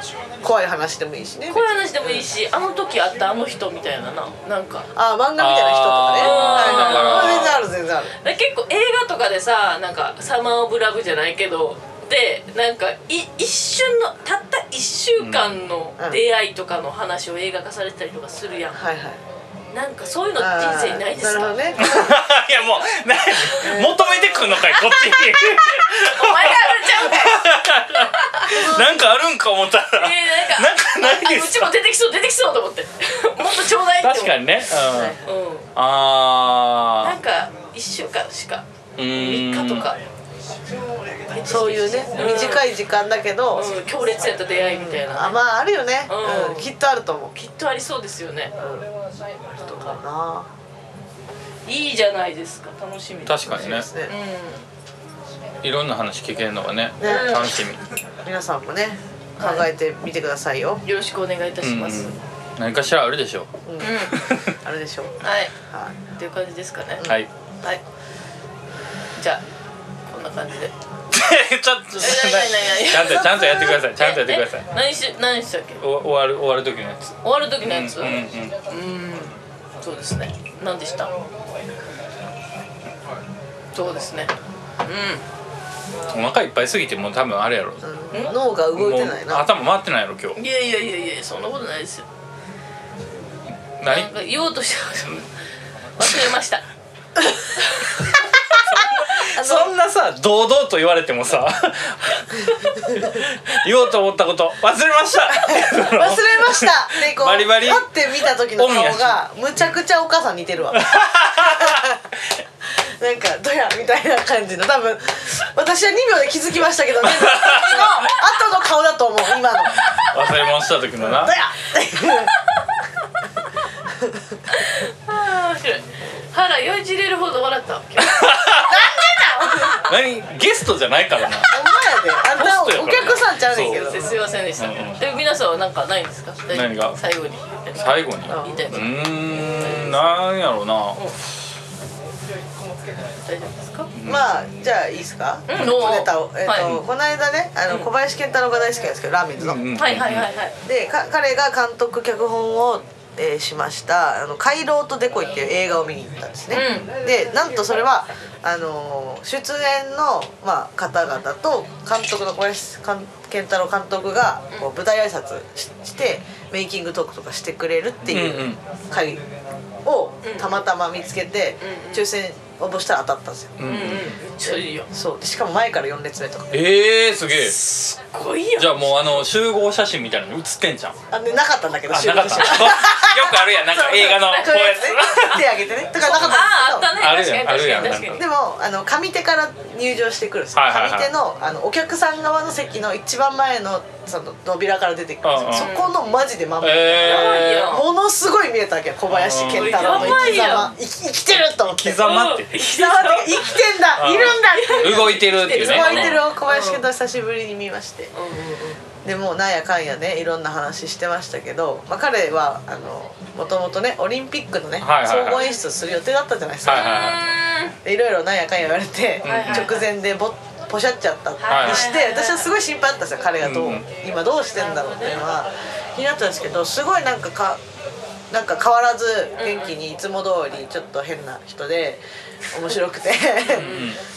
Speaker 1: 怖い話でもいいしね
Speaker 3: こういう話でもいいしあの時あったあの人みたいなななんか
Speaker 1: あ漫画みたいな人とかね
Speaker 2: あ
Speaker 1: は
Speaker 2: ー
Speaker 1: いはいはい全然ある全然ある
Speaker 3: で結構映画とかでさなんか「サマー・オブ・ラブ」じゃないけどでなんかい一瞬のたった1週間の
Speaker 1: うん
Speaker 3: 出会いとかの話を映画化されてたりとかするやん、
Speaker 1: はいはい
Speaker 3: なんかそういうの人
Speaker 1: あー
Speaker 3: 生にないですか
Speaker 1: なるほどね
Speaker 2: いやもうな 求めてくんのかいこっちに
Speaker 3: お前があるん ちゃうんかい
Speaker 2: なんかあるんか思ったら
Speaker 3: えーな
Speaker 2: なん
Speaker 3: んか
Speaker 2: かない
Speaker 3: あ
Speaker 2: で
Speaker 3: う
Speaker 2: す
Speaker 3: ちも出てきそう出てきそうと思って もっとちょうだいって思
Speaker 2: 確かにねうん
Speaker 3: にうんな
Speaker 2: あ
Speaker 3: んか1週間しか
Speaker 2: ーうーん
Speaker 3: 3日とか、
Speaker 1: そういうね短い時間だけど
Speaker 3: うん、強烈やった出会いみたいな、
Speaker 1: あまああるよね
Speaker 3: うん
Speaker 1: うんきっとあると思う
Speaker 3: きっとありそうですよね
Speaker 1: とかない
Speaker 3: いじゃないですか楽しみです
Speaker 2: 確かにね
Speaker 1: ですね
Speaker 3: うん
Speaker 2: いろんな話聞けるのがね
Speaker 1: ね
Speaker 2: 楽しみ
Speaker 1: 皆さんもね考えてみてくださいよ
Speaker 3: よろしくお願いいたし
Speaker 2: うんう
Speaker 3: ま
Speaker 2: ん
Speaker 3: す。うん、
Speaker 2: 何かしらあるでしょう
Speaker 1: あれでしょう
Speaker 3: は
Speaker 1: は
Speaker 3: い、
Speaker 1: い
Speaker 3: っていう感じですかね。
Speaker 2: はい
Speaker 3: はい。じゃあこんな感じで。
Speaker 2: ちょっとちゃんとちゃんとやってくださいちゃんとやってください
Speaker 3: え。え何し何したっけ？
Speaker 2: お終わる終わる時のやつ
Speaker 3: 終わる時のやつ。
Speaker 2: う
Speaker 3: うんん、
Speaker 2: うんうん
Speaker 3: そうですね。何でした？そうですね。
Speaker 2: お腹いっぱいすぎてもう多分あれやろ
Speaker 1: うん脳が動いてない
Speaker 2: もう
Speaker 1: な
Speaker 2: 頭回ってないやろ今
Speaker 3: うん。
Speaker 2: 日
Speaker 3: いやいやいやいやそんなことないですよ。
Speaker 2: 何
Speaker 3: なんか言おうとしてました忘れました。
Speaker 2: そんなさ堂々と言われて もさ言おうと思ったこと忘れました
Speaker 1: 忘れましたでこう
Speaker 2: バリバリ
Speaker 1: パッて見た時の顔
Speaker 2: オンや
Speaker 1: がむちゃくちゃお母さん似て るわなんかどやみたいな感じの多分私は2秒で気づきました けどねその後の顔だと思う今の
Speaker 2: 忘れ物した時のな
Speaker 1: どや
Speaker 3: ああ面白い。腹よじれるほど 笑った。
Speaker 2: 何ゲストじゃないからな
Speaker 1: お前やであんたお客さんちゃうねんけど
Speaker 2: そう
Speaker 3: すいませんでした。
Speaker 2: うんうん
Speaker 3: で皆さんは何かないんですか？大丈夫
Speaker 2: 何が
Speaker 3: 最後に。
Speaker 2: 最後に
Speaker 1: あ
Speaker 3: 言いたいうこと
Speaker 2: ーんなんやろうな
Speaker 3: 大丈夫ですか？
Speaker 1: まあじゃあいいですか、
Speaker 3: うん
Speaker 1: ネタを、えっと
Speaker 3: は
Speaker 1: この間ねあの小林健太郎が大好きなんですけどラーメンズの、
Speaker 2: うん
Speaker 3: はいはいはいはい。
Speaker 1: でか彼が監督脚本を、えーしました「あの回廊とデコイ」っていう映画を見に行ったんですね、でなんとそれは、あの出演の、まあ、方々と監督の小林監健太郎監督がこう舞台挨拶ししてメイキングトークとかしてくれるって
Speaker 2: うんう
Speaker 1: いうん会を
Speaker 3: うん
Speaker 1: たまたま見つけて
Speaker 3: うんうん
Speaker 1: 抽選応募したら当たったんですよ。
Speaker 2: うん
Speaker 3: うんうんそれいいよ
Speaker 1: そうでしかも前から4列目とか
Speaker 2: ええー、すげえ
Speaker 3: すっごいよ
Speaker 2: じゃあもうあの集合写真みたいなの写ってんじゃん
Speaker 1: あでなかったんだけど
Speaker 2: あなかった
Speaker 1: 集
Speaker 2: よ
Speaker 1: 合写真
Speaker 2: くあるやんなんか映画のこ
Speaker 1: そう
Speaker 2: う
Speaker 1: いう
Speaker 2: や
Speaker 1: やつね手挙げてねだからなかったんですけど
Speaker 3: あああったね
Speaker 2: ある
Speaker 3: 確
Speaker 2: やんあ
Speaker 3: かに確かに
Speaker 2: るやん
Speaker 3: 確かに
Speaker 1: でもあの上手から入場してくるんですよ、
Speaker 2: はいはいはい
Speaker 1: 上手のあのお客さん側の席の一番前のその扉から出てくるんですよ、
Speaker 2: うん
Speaker 3: うん
Speaker 1: そこのマジでまんま、
Speaker 2: ええ
Speaker 3: やばいよ
Speaker 2: ー、
Speaker 1: ものすごい見えたわけよ小林健太郎の生き
Speaker 3: やば
Speaker 1: 様生き生きてると思って
Speaker 2: 生き様って
Speaker 3: 生
Speaker 1: 生き様って生きてんだいるんだって
Speaker 2: 動いてるっていうね
Speaker 1: 動いてる小林健太郎久しぶりに見まして
Speaker 3: うんうんうん
Speaker 1: でもうなんやかんやねいろんな話してましたけど、まあ、彼はあのもともとねオリンピックのね、
Speaker 2: はいはいはい
Speaker 1: 総合演出をする予定だったじゃないですか、
Speaker 2: はいはい
Speaker 1: でいろいろなんやかんや言われて、
Speaker 2: はいはい
Speaker 1: 直前でぼポシャっちゃった
Speaker 3: はい
Speaker 1: りして、
Speaker 3: はいはいはい
Speaker 1: 私はすごい心配だったんですよ彼がどう、
Speaker 2: うんうん
Speaker 1: 今どうしてんだろうっていうのは気になったんですけどすごいなんかかなんか変わらず元気にいつも通りちょっと変な人で面白くて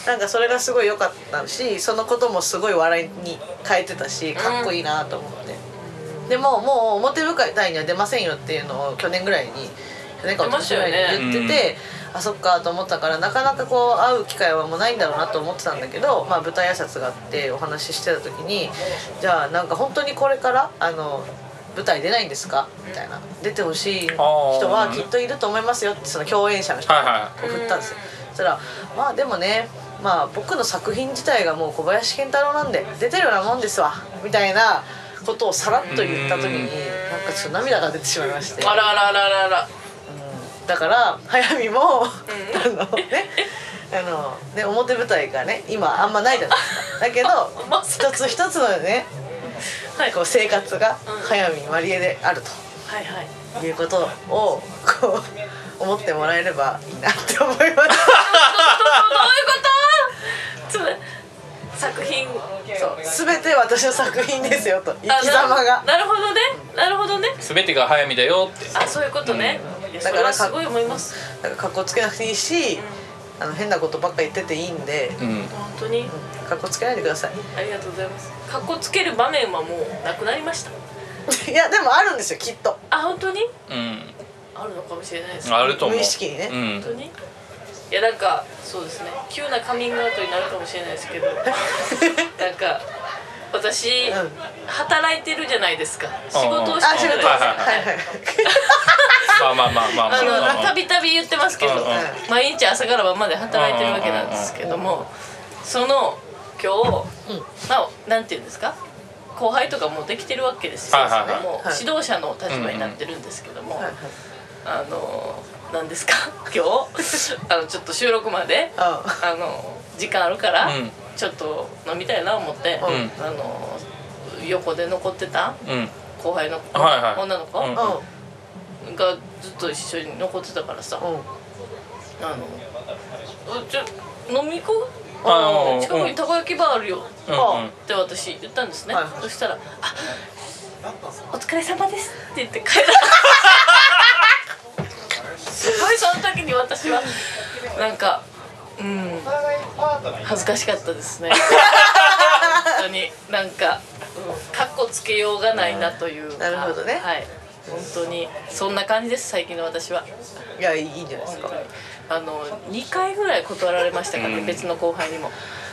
Speaker 1: なんかそれがすごい良かったしそのこともすごい笑いに変えてたしかっこいいなと思って。でももう表舞台には出ませんよっていうのを去年ぐらいに去年か一昨年ぐらいに言って言っ
Speaker 2: 出ま
Speaker 1: て
Speaker 2: した
Speaker 1: て
Speaker 2: よ、
Speaker 1: あそっかと思ったからなかなかこう会う機会はもうないんだろうなと思ってたんだけど、まあ、舞台挨拶があってお話ししてた時にじゃあなんか本当にこれからあの舞台出ないんですかみたいな出てほしい人はきっといると思いますよってその共演者の人
Speaker 2: はい
Speaker 1: が
Speaker 2: は
Speaker 1: こう振ったんですよ。そしたらまあでもねまあ僕の作品自体がもう小林健太郎なんで出てるようなもんですわみたいなことをさらっと言った時に
Speaker 2: うん
Speaker 1: なんかちょっと涙が出てしまいまして
Speaker 3: あらあらあらあらあら
Speaker 1: だから早見も、あのねあのね表舞台がね今あんまないじゃないですか だけど
Speaker 3: まさ
Speaker 1: 一つ一つのね
Speaker 3: はい
Speaker 1: こう生活が
Speaker 3: うん
Speaker 1: 早見まりえである
Speaker 3: はいはい
Speaker 1: ということをこう思ってもらえればいいなって思います
Speaker 3: どういうことつ作品
Speaker 1: そう全て私の作品ですよと生
Speaker 3: あ
Speaker 1: き様が
Speaker 3: ななるほどねなるほどね
Speaker 2: 全てが早見だよって
Speaker 3: あそういうことねいや
Speaker 1: だ
Speaker 3: そ
Speaker 1: か
Speaker 3: れ
Speaker 1: ら
Speaker 3: はすごい思います
Speaker 1: だから格好つけなくていいしあの変なことばっか言ってていいんで
Speaker 2: うん
Speaker 3: 本当に
Speaker 1: 格好つけないでください
Speaker 3: ありがとうございますかっこつける場面はもうなくなりました
Speaker 1: いやでもあるんですよきっと
Speaker 3: あ本当に
Speaker 2: うん
Speaker 3: あるのかもしれないです
Speaker 2: あると思う
Speaker 1: 無意識にね
Speaker 2: う
Speaker 3: 本当
Speaker 2: ん
Speaker 3: にいやなんかそうですね急なカミングアウトになるかもしれないですけ どなんか私、
Speaker 1: うん
Speaker 3: 働いてるじゃないですか仕事を
Speaker 1: あ
Speaker 3: し
Speaker 1: 仕事
Speaker 3: てる
Speaker 1: で
Speaker 3: じ
Speaker 1: す
Speaker 3: ゃない
Speaker 1: は
Speaker 3: ですか
Speaker 1: いはいはい
Speaker 2: まあまあまあまあまあまあ
Speaker 3: あ
Speaker 2: ま
Speaker 3: の
Speaker 2: あ
Speaker 3: たびたび言ってますけど
Speaker 2: うんうん
Speaker 3: 毎日朝から晩まで働いてるわけなんですけどもその今
Speaker 1: うん
Speaker 3: 日まあなんて言うんですか後輩とかもうできてるわけですよ
Speaker 2: はいはいはい
Speaker 3: もう
Speaker 1: はい
Speaker 3: 指導者の立場になってるんですけども
Speaker 1: はいはい
Speaker 3: あのなんですか 今日あのちょっと収録まで
Speaker 1: あ
Speaker 3: あの時間あるから
Speaker 2: うん
Speaker 3: ちょっと飲みたいな思って
Speaker 1: うん
Speaker 3: あの横で残ってた
Speaker 2: うん
Speaker 3: 後輩の
Speaker 2: はいはい
Speaker 3: 女の子
Speaker 2: うん
Speaker 1: うん
Speaker 3: がずっと一緒に残ってたからさ
Speaker 1: うん
Speaker 3: あのうちょ飲み行こう
Speaker 2: あうんうん
Speaker 3: 近くにたこ焼きバーあるよ
Speaker 2: う
Speaker 1: あ
Speaker 2: んうん
Speaker 3: って私言ったんですね、
Speaker 1: はい
Speaker 3: そしたら「あお疲れ様です」って言って帰ら すごいその時に私はなんかうん恥ずかしかったで すね本当になんか、うん、かっこつけようがないなというか
Speaker 1: なるほどね
Speaker 3: はい本当にそんな感じです最近の私は。
Speaker 1: いやいいいいんじゃないですか
Speaker 3: あの2回ぐらい断られましたからね、
Speaker 2: うん
Speaker 3: 別の後輩にも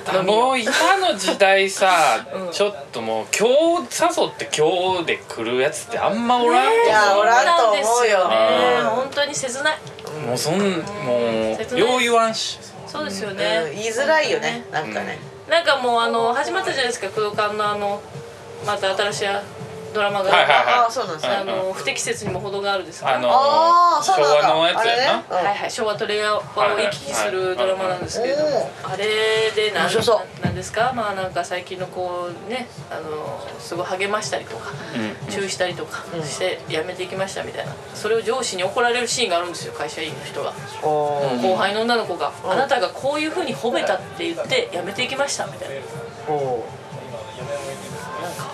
Speaker 2: あもう今の時代さ、
Speaker 3: うん
Speaker 2: ちょっともう今日誘って今日で来るやつってあんまおらんと
Speaker 1: いやおらんと思うよ
Speaker 3: そうなんですよね
Speaker 2: うん
Speaker 3: 本当に切ない
Speaker 2: 思うもうそんも
Speaker 3: 切
Speaker 2: う
Speaker 3: ない
Speaker 2: よう言わんし
Speaker 3: そうですよ
Speaker 1: うん
Speaker 3: ね、
Speaker 1: 言いづらいよねなんかね
Speaker 3: なんかもうあの始まったじゃないですか工藤館のあのまた新しいドラマが、
Speaker 2: はいはいはい
Speaker 1: ああそうなんですね
Speaker 3: あの不適切にも程があるですから
Speaker 2: あの
Speaker 1: あーそう
Speaker 2: 昭
Speaker 1: なんだ
Speaker 2: 和のやつや
Speaker 1: あ
Speaker 2: な
Speaker 1: れ
Speaker 3: は
Speaker 1: ね
Speaker 3: いはい、昭和と令和を行き来するドラマなんですけれども、
Speaker 1: はいはいはい
Speaker 3: あれで
Speaker 1: 面
Speaker 3: 何
Speaker 1: 白そう
Speaker 3: なんですかまあなんか最近のこうねあのすごい励ましたりとか、
Speaker 2: うん
Speaker 3: 注意したりとか
Speaker 1: うん
Speaker 3: してやめていきましたみたいなそれを上司に怒られるシーンがあるんですよ会社員の人が
Speaker 1: うんおー
Speaker 3: 後輩の女の子が「
Speaker 1: ん
Speaker 3: あなたがこういうふうに褒めた」って言ってやめていきましたみたいな
Speaker 1: おー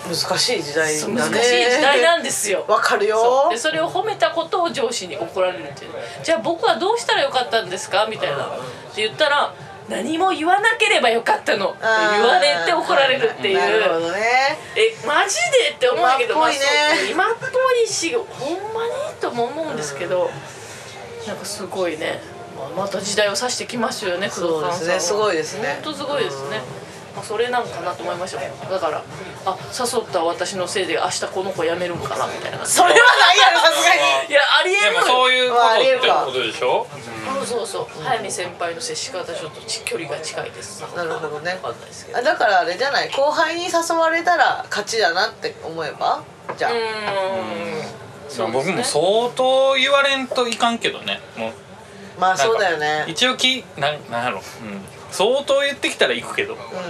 Speaker 1: 難しい時代
Speaker 3: そう
Speaker 1: だ
Speaker 3: 難
Speaker 1: ね
Speaker 3: しい時代なんですよ
Speaker 1: わかる
Speaker 3: そ
Speaker 1: よ
Speaker 3: うでそれを褒めたことを上司に怒られるっていうじゃあ僕はどうしたらよかったんですかみたいなって言ったら何も言わなければよかったのって言
Speaker 1: あー
Speaker 3: われて怒られるっていう、
Speaker 1: なるほどね
Speaker 3: えマジでって思うんだけど
Speaker 1: 今っぽいね
Speaker 3: まあそう今っぽいしほんまにとも思うんですけど、なんかすごいね、まあ、また時代を指してきましたよね工
Speaker 1: そう
Speaker 3: 藤
Speaker 1: で
Speaker 3: さん
Speaker 1: すねすごいです
Speaker 3: 本
Speaker 1: ね
Speaker 3: 当すごいですね、まあ、それなんかなと思いましたよだからあ誘った私のせいで明日この子辞めるんかなみたいなそ
Speaker 1: それはないやろさすがに
Speaker 3: いやありえ
Speaker 2: で
Speaker 3: る
Speaker 2: もそういうこと
Speaker 1: まあありえる
Speaker 2: って
Speaker 1: か
Speaker 2: ことでしょ、
Speaker 3: そうそうそう早見先輩の接し方ちょっとち距離が近いです
Speaker 1: なるほどね
Speaker 3: わかんないですけど
Speaker 1: あだからあれじゃない後輩に誘われたら勝ちだなって思えばじゃあ、
Speaker 3: うーん
Speaker 2: まあ僕も相当言われんといかんけどねもう
Speaker 1: まあ
Speaker 2: なんか
Speaker 1: そうだよね
Speaker 2: 一応きなんなんやろ、うん、相当言ってきたら行くけど、
Speaker 3: え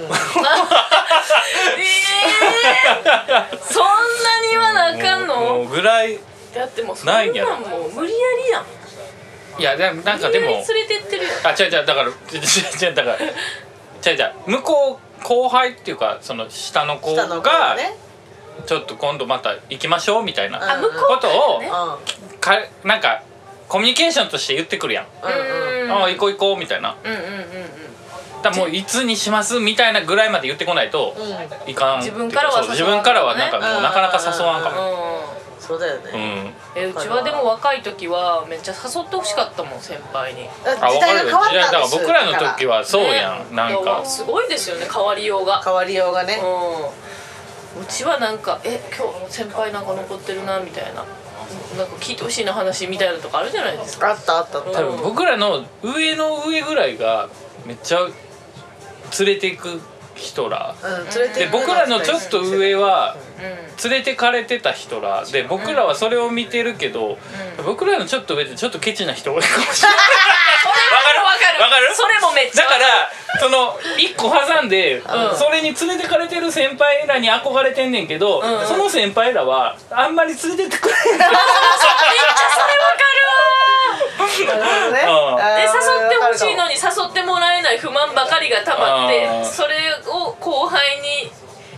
Speaker 3: ー、そんなに言わなあかん
Speaker 2: も
Speaker 3: の
Speaker 2: うぐらいい
Speaker 3: だってもうそんなん
Speaker 2: ないやろ
Speaker 3: もう無理やりやん
Speaker 2: やでもなんか
Speaker 3: 無理
Speaker 2: で
Speaker 3: やり
Speaker 2: も
Speaker 3: 連れてってるやん
Speaker 2: あ違う違うだから違う 違うだから違う違う向こう後輩っていうかその下の子
Speaker 1: 下の子が
Speaker 2: が
Speaker 1: ね
Speaker 2: ちょっと今度また行きましょうみたいな
Speaker 1: あ向こ
Speaker 2: こ
Speaker 3: うか
Speaker 2: と
Speaker 3: ら
Speaker 2: を
Speaker 1: う
Speaker 3: ね
Speaker 1: んう
Speaker 2: かなんかコミュニケーションとして言ってくるやん、
Speaker 1: んうん
Speaker 3: うん
Speaker 2: ああ行こう行こうみたいな
Speaker 3: うんうんうんうん
Speaker 2: だからもういつにしますみたいなぐらいまで言ってこないといかんっていう
Speaker 3: 自分から
Speaker 2: そ
Speaker 3: は
Speaker 2: う
Speaker 3: 誘
Speaker 2: 自
Speaker 3: わん
Speaker 2: 分からはなんか
Speaker 1: ね
Speaker 2: もうなかなか誘わんかも
Speaker 1: そうだよ
Speaker 2: う
Speaker 1: ね、
Speaker 2: ん
Speaker 3: えうちはでも若い時はめっちゃ誘ってほしかったもん先輩に
Speaker 1: だから
Speaker 2: あ
Speaker 1: 時
Speaker 2: 分
Speaker 1: 代
Speaker 2: か
Speaker 1: が
Speaker 2: る
Speaker 1: 変
Speaker 2: よ
Speaker 1: わっ
Speaker 2: 時代だ
Speaker 1: たんです
Speaker 2: から僕らの時
Speaker 1: は
Speaker 2: はそうやん、
Speaker 3: ね
Speaker 2: なん
Speaker 3: いや
Speaker 2: か
Speaker 3: わすごいですよね変わりようが
Speaker 1: 変わりようがね、
Speaker 3: うんうちはなんか「え今日先輩なんか残ってるな」みたいな「なんか聞いてほしいな話」みたいなとかあるじゃないですか
Speaker 1: あったあったあった
Speaker 2: 多分僕らの上の上ぐらいがめっちゃ連れていく人ら
Speaker 1: うん、連れて
Speaker 2: で
Speaker 1: 行く
Speaker 2: 僕らのちょっと上は
Speaker 3: うん
Speaker 2: 連れてかれてた人らで僕らはそれを見てるけど、僕らのちょっと上でちょっとケチな人多いかもしれない
Speaker 3: わかる
Speaker 2: わかる
Speaker 3: それもめっちゃ
Speaker 2: だからその一個挟んで、それに連れてかれてる先輩らに憧れてんねんけど、
Speaker 3: ん
Speaker 2: その先輩らはあんまり連れてってくれへん
Speaker 1: それわかるわね
Speaker 2: う
Speaker 1: あー
Speaker 2: ん
Speaker 3: で誘ってほしい
Speaker 1: わかるかも
Speaker 3: のに誘ってもらえない不満ばかりがたまっ
Speaker 2: あ
Speaker 3: て
Speaker 2: ー
Speaker 3: それを後輩に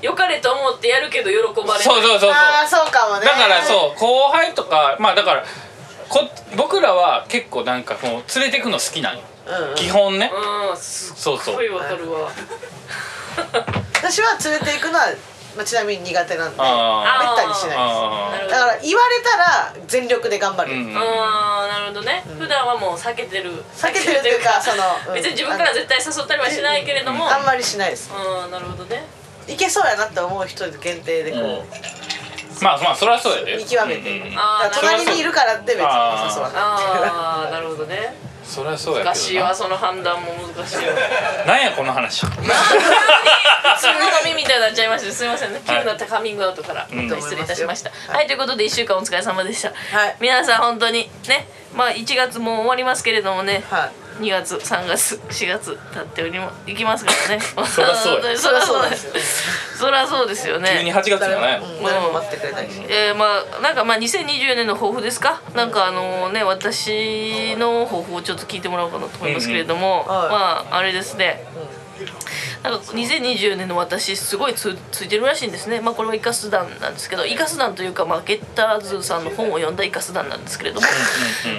Speaker 3: 良かれと思ってやるけど喜ばれない
Speaker 2: そうそうそうそう
Speaker 1: ああそうかもね
Speaker 2: だからそう後輩とかまあだからこ僕らは結構なんかもう連れてくの好きなんよ、
Speaker 1: うん、うん、
Speaker 2: 基本ね、
Speaker 3: うんす
Speaker 2: そうそ
Speaker 3: っ
Speaker 2: う
Speaker 3: ごいわかるわ
Speaker 1: 私は連れて行くのは、まあ、ちなみに苦手なんでめっ
Speaker 2: あ
Speaker 3: ー
Speaker 1: たにしないです
Speaker 2: あ
Speaker 3: なるほ
Speaker 1: だ
Speaker 3: ど
Speaker 1: から言われたら全力で頑張
Speaker 2: ー
Speaker 1: る、
Speaker 2: うん
Speaker 3: あーなるほどね、普段はもう避けてる
Speaker 1: 避けてるっていうかその、うん
Speaker 3: 別に自分から絶対誘ったりはしないけれども
Speaker 1: あんまりしないです
Speaker 3: あーなるほどね
Speaker 1: いけそうやなって思う人限定でこう、
Speaker 2: まあまあそりゃそうやで
Speaker 1: 見極めて
Speaker 2: うんうん
Speaker 3: あ
Speaker 1: だ
Speaker 3: ー
Speaker 1: から
Speaker 3: な
Speaker 1: 隣
Speaker 3: るほど
Speaker 1: にいるからって別に誘わな
Speaker 3: あーなるほどね
Speaker 2: そりゃそうやけどな
Speaker 3: 難しいわその判断も難しいわ
Speaker 2: なんやこの話
Speaker 3: 普通の髪みたいになっちゃいましたすみませんね急なカミングアウトから、
Speaker 2: ん
Speaker 3: 本当に失礼いたしましたはい、ということで1週間お疲れ様でした、
Speaker 1: はい
Speaker 3: 皆さん本当にねまあ1月も終わりますけれどもね、
Speaker 1: いはい
Speaker 3: 2月3月4月経っておりもいきますからね
Speaker 2: そらそうや
Speaker 3: 本当にそらそうですよねそらそうですよね
Speaker 2: 急に8月じゃない
Speaker 1: 誰も,、うん、誰も待ってくれないし、
Speaker 3: えー、まあなんかまあ2024年の抱負ですかなんかあのね私の抱負をちょっと聞いてもらおうかなと思いますけれども、
Speaker 1: うんうんはい
Speaker 3: まああれですね、なんか2024年の私すごいつついてるらしいんですねまあこれはイカス団なんですけどイカス団というかまあゲッターズさんの本を読んだイカス団なんですけれども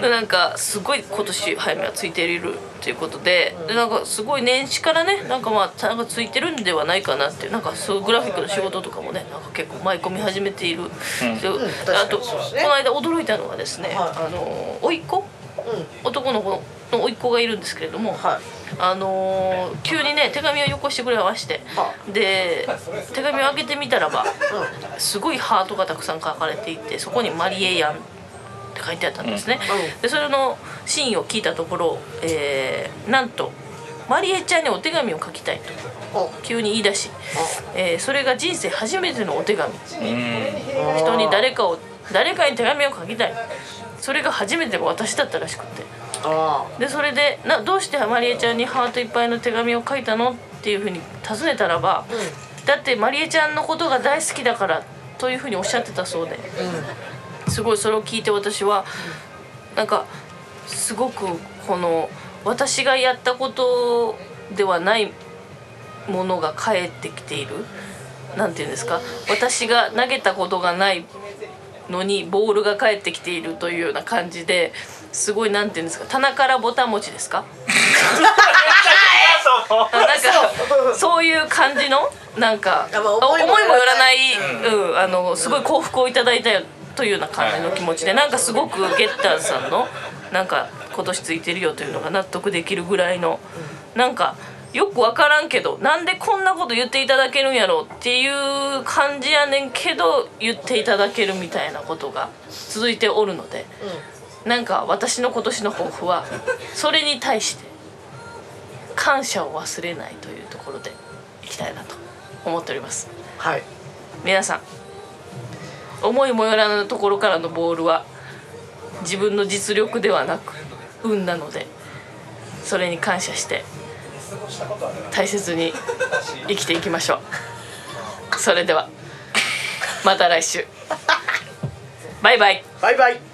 Speaker 3: でなんかすごい今年早めはついているということででなんかすごい年始からねなんかまあなんかついてるんではないかなっていうなんかそうグラフィックの仕事とかもねなんか結構舞い込み始めている、であ
Speaker 1: 確か
Speaker 3: と、
Speaker 1: にそうですね
Speaker 3: この間驚いたのはですね、
Speaker 1: はい
Speaker 3: あの甥っ子
Speaker 1: う
Speaker 3: 男の子の甥っ子がいるんですけれども、
Speaker 1: ん、はい
Speaker 3: あのー急にね手紙をよこしてくれまして
Speaker 1: は
Speaker 3: で手紙を開けてみたらばすごいハートがたくさん書かれていてそこに「マリエヤン」って書いてあったんですね、
Speaker 1: うんうん
Speaker 3: でそれのシーンを聞いたところ、えーなんとマリエちゃんにお手紙を書きたいと
Speaker 1: お
Speaker 3: 急に言い出し、えーそれが人生初めてのお手紙
Speaker 2: うん
Speaker 3: 人に誰かを誰かに手紙を書きたいそれが初めての私だったらしくて。
Speaker 1: あ
Speaker 3: でそれでな「どうしてマリエちゃんにハートいっぱいの手紙を書いたの?」っていうふうに尋ねたらば「だってマリエちゃんのことが大好きだから」というふうにおっしゃってたそうで、すごいそれを聞いて私はなんかすごくこの私がやったことではないものが返ってきているなんていうんですか私が投げたことがないのにボールが返ってきているというような感じですごいなんていうんですか棚からぼた餅ですかなんか そういう感じのなんか
Speaker 1: あまあ
Speaker 3: 思
Speaker 1: 思
Speaker 3: い
Speaker 1: い
Speaker 3: も
Speaker 1: も
Speaker 3: よ
Speaker 1: よ
Speaker 3: ら
Speaker 1: ら
Speaker 3: な
Speaker 1: ないい、
Speaker 3: うんあのすごい幸福をいただいたよというような感じの気持ちでなんかすごくゲッターズさんのなんか今年ついてるよというのが納得できるぐらいのなんかよく分からんけどなんでこんなこと言っていただけるんやろうっていう感じやねんけど言っていただけるみたいなことが続いておるので。なんか私の今年の抱負はそれに対して感謝を忘れないというところでいきたいなと思っております
Speaker 1: はい
Speaker 3: 皆さん思いもよらぬところからのボールは自分の実力ではなく運なのでそれに感謝して大切に生きていきましょうそれではまた来週バイバイ
Speaker 1: バイバイ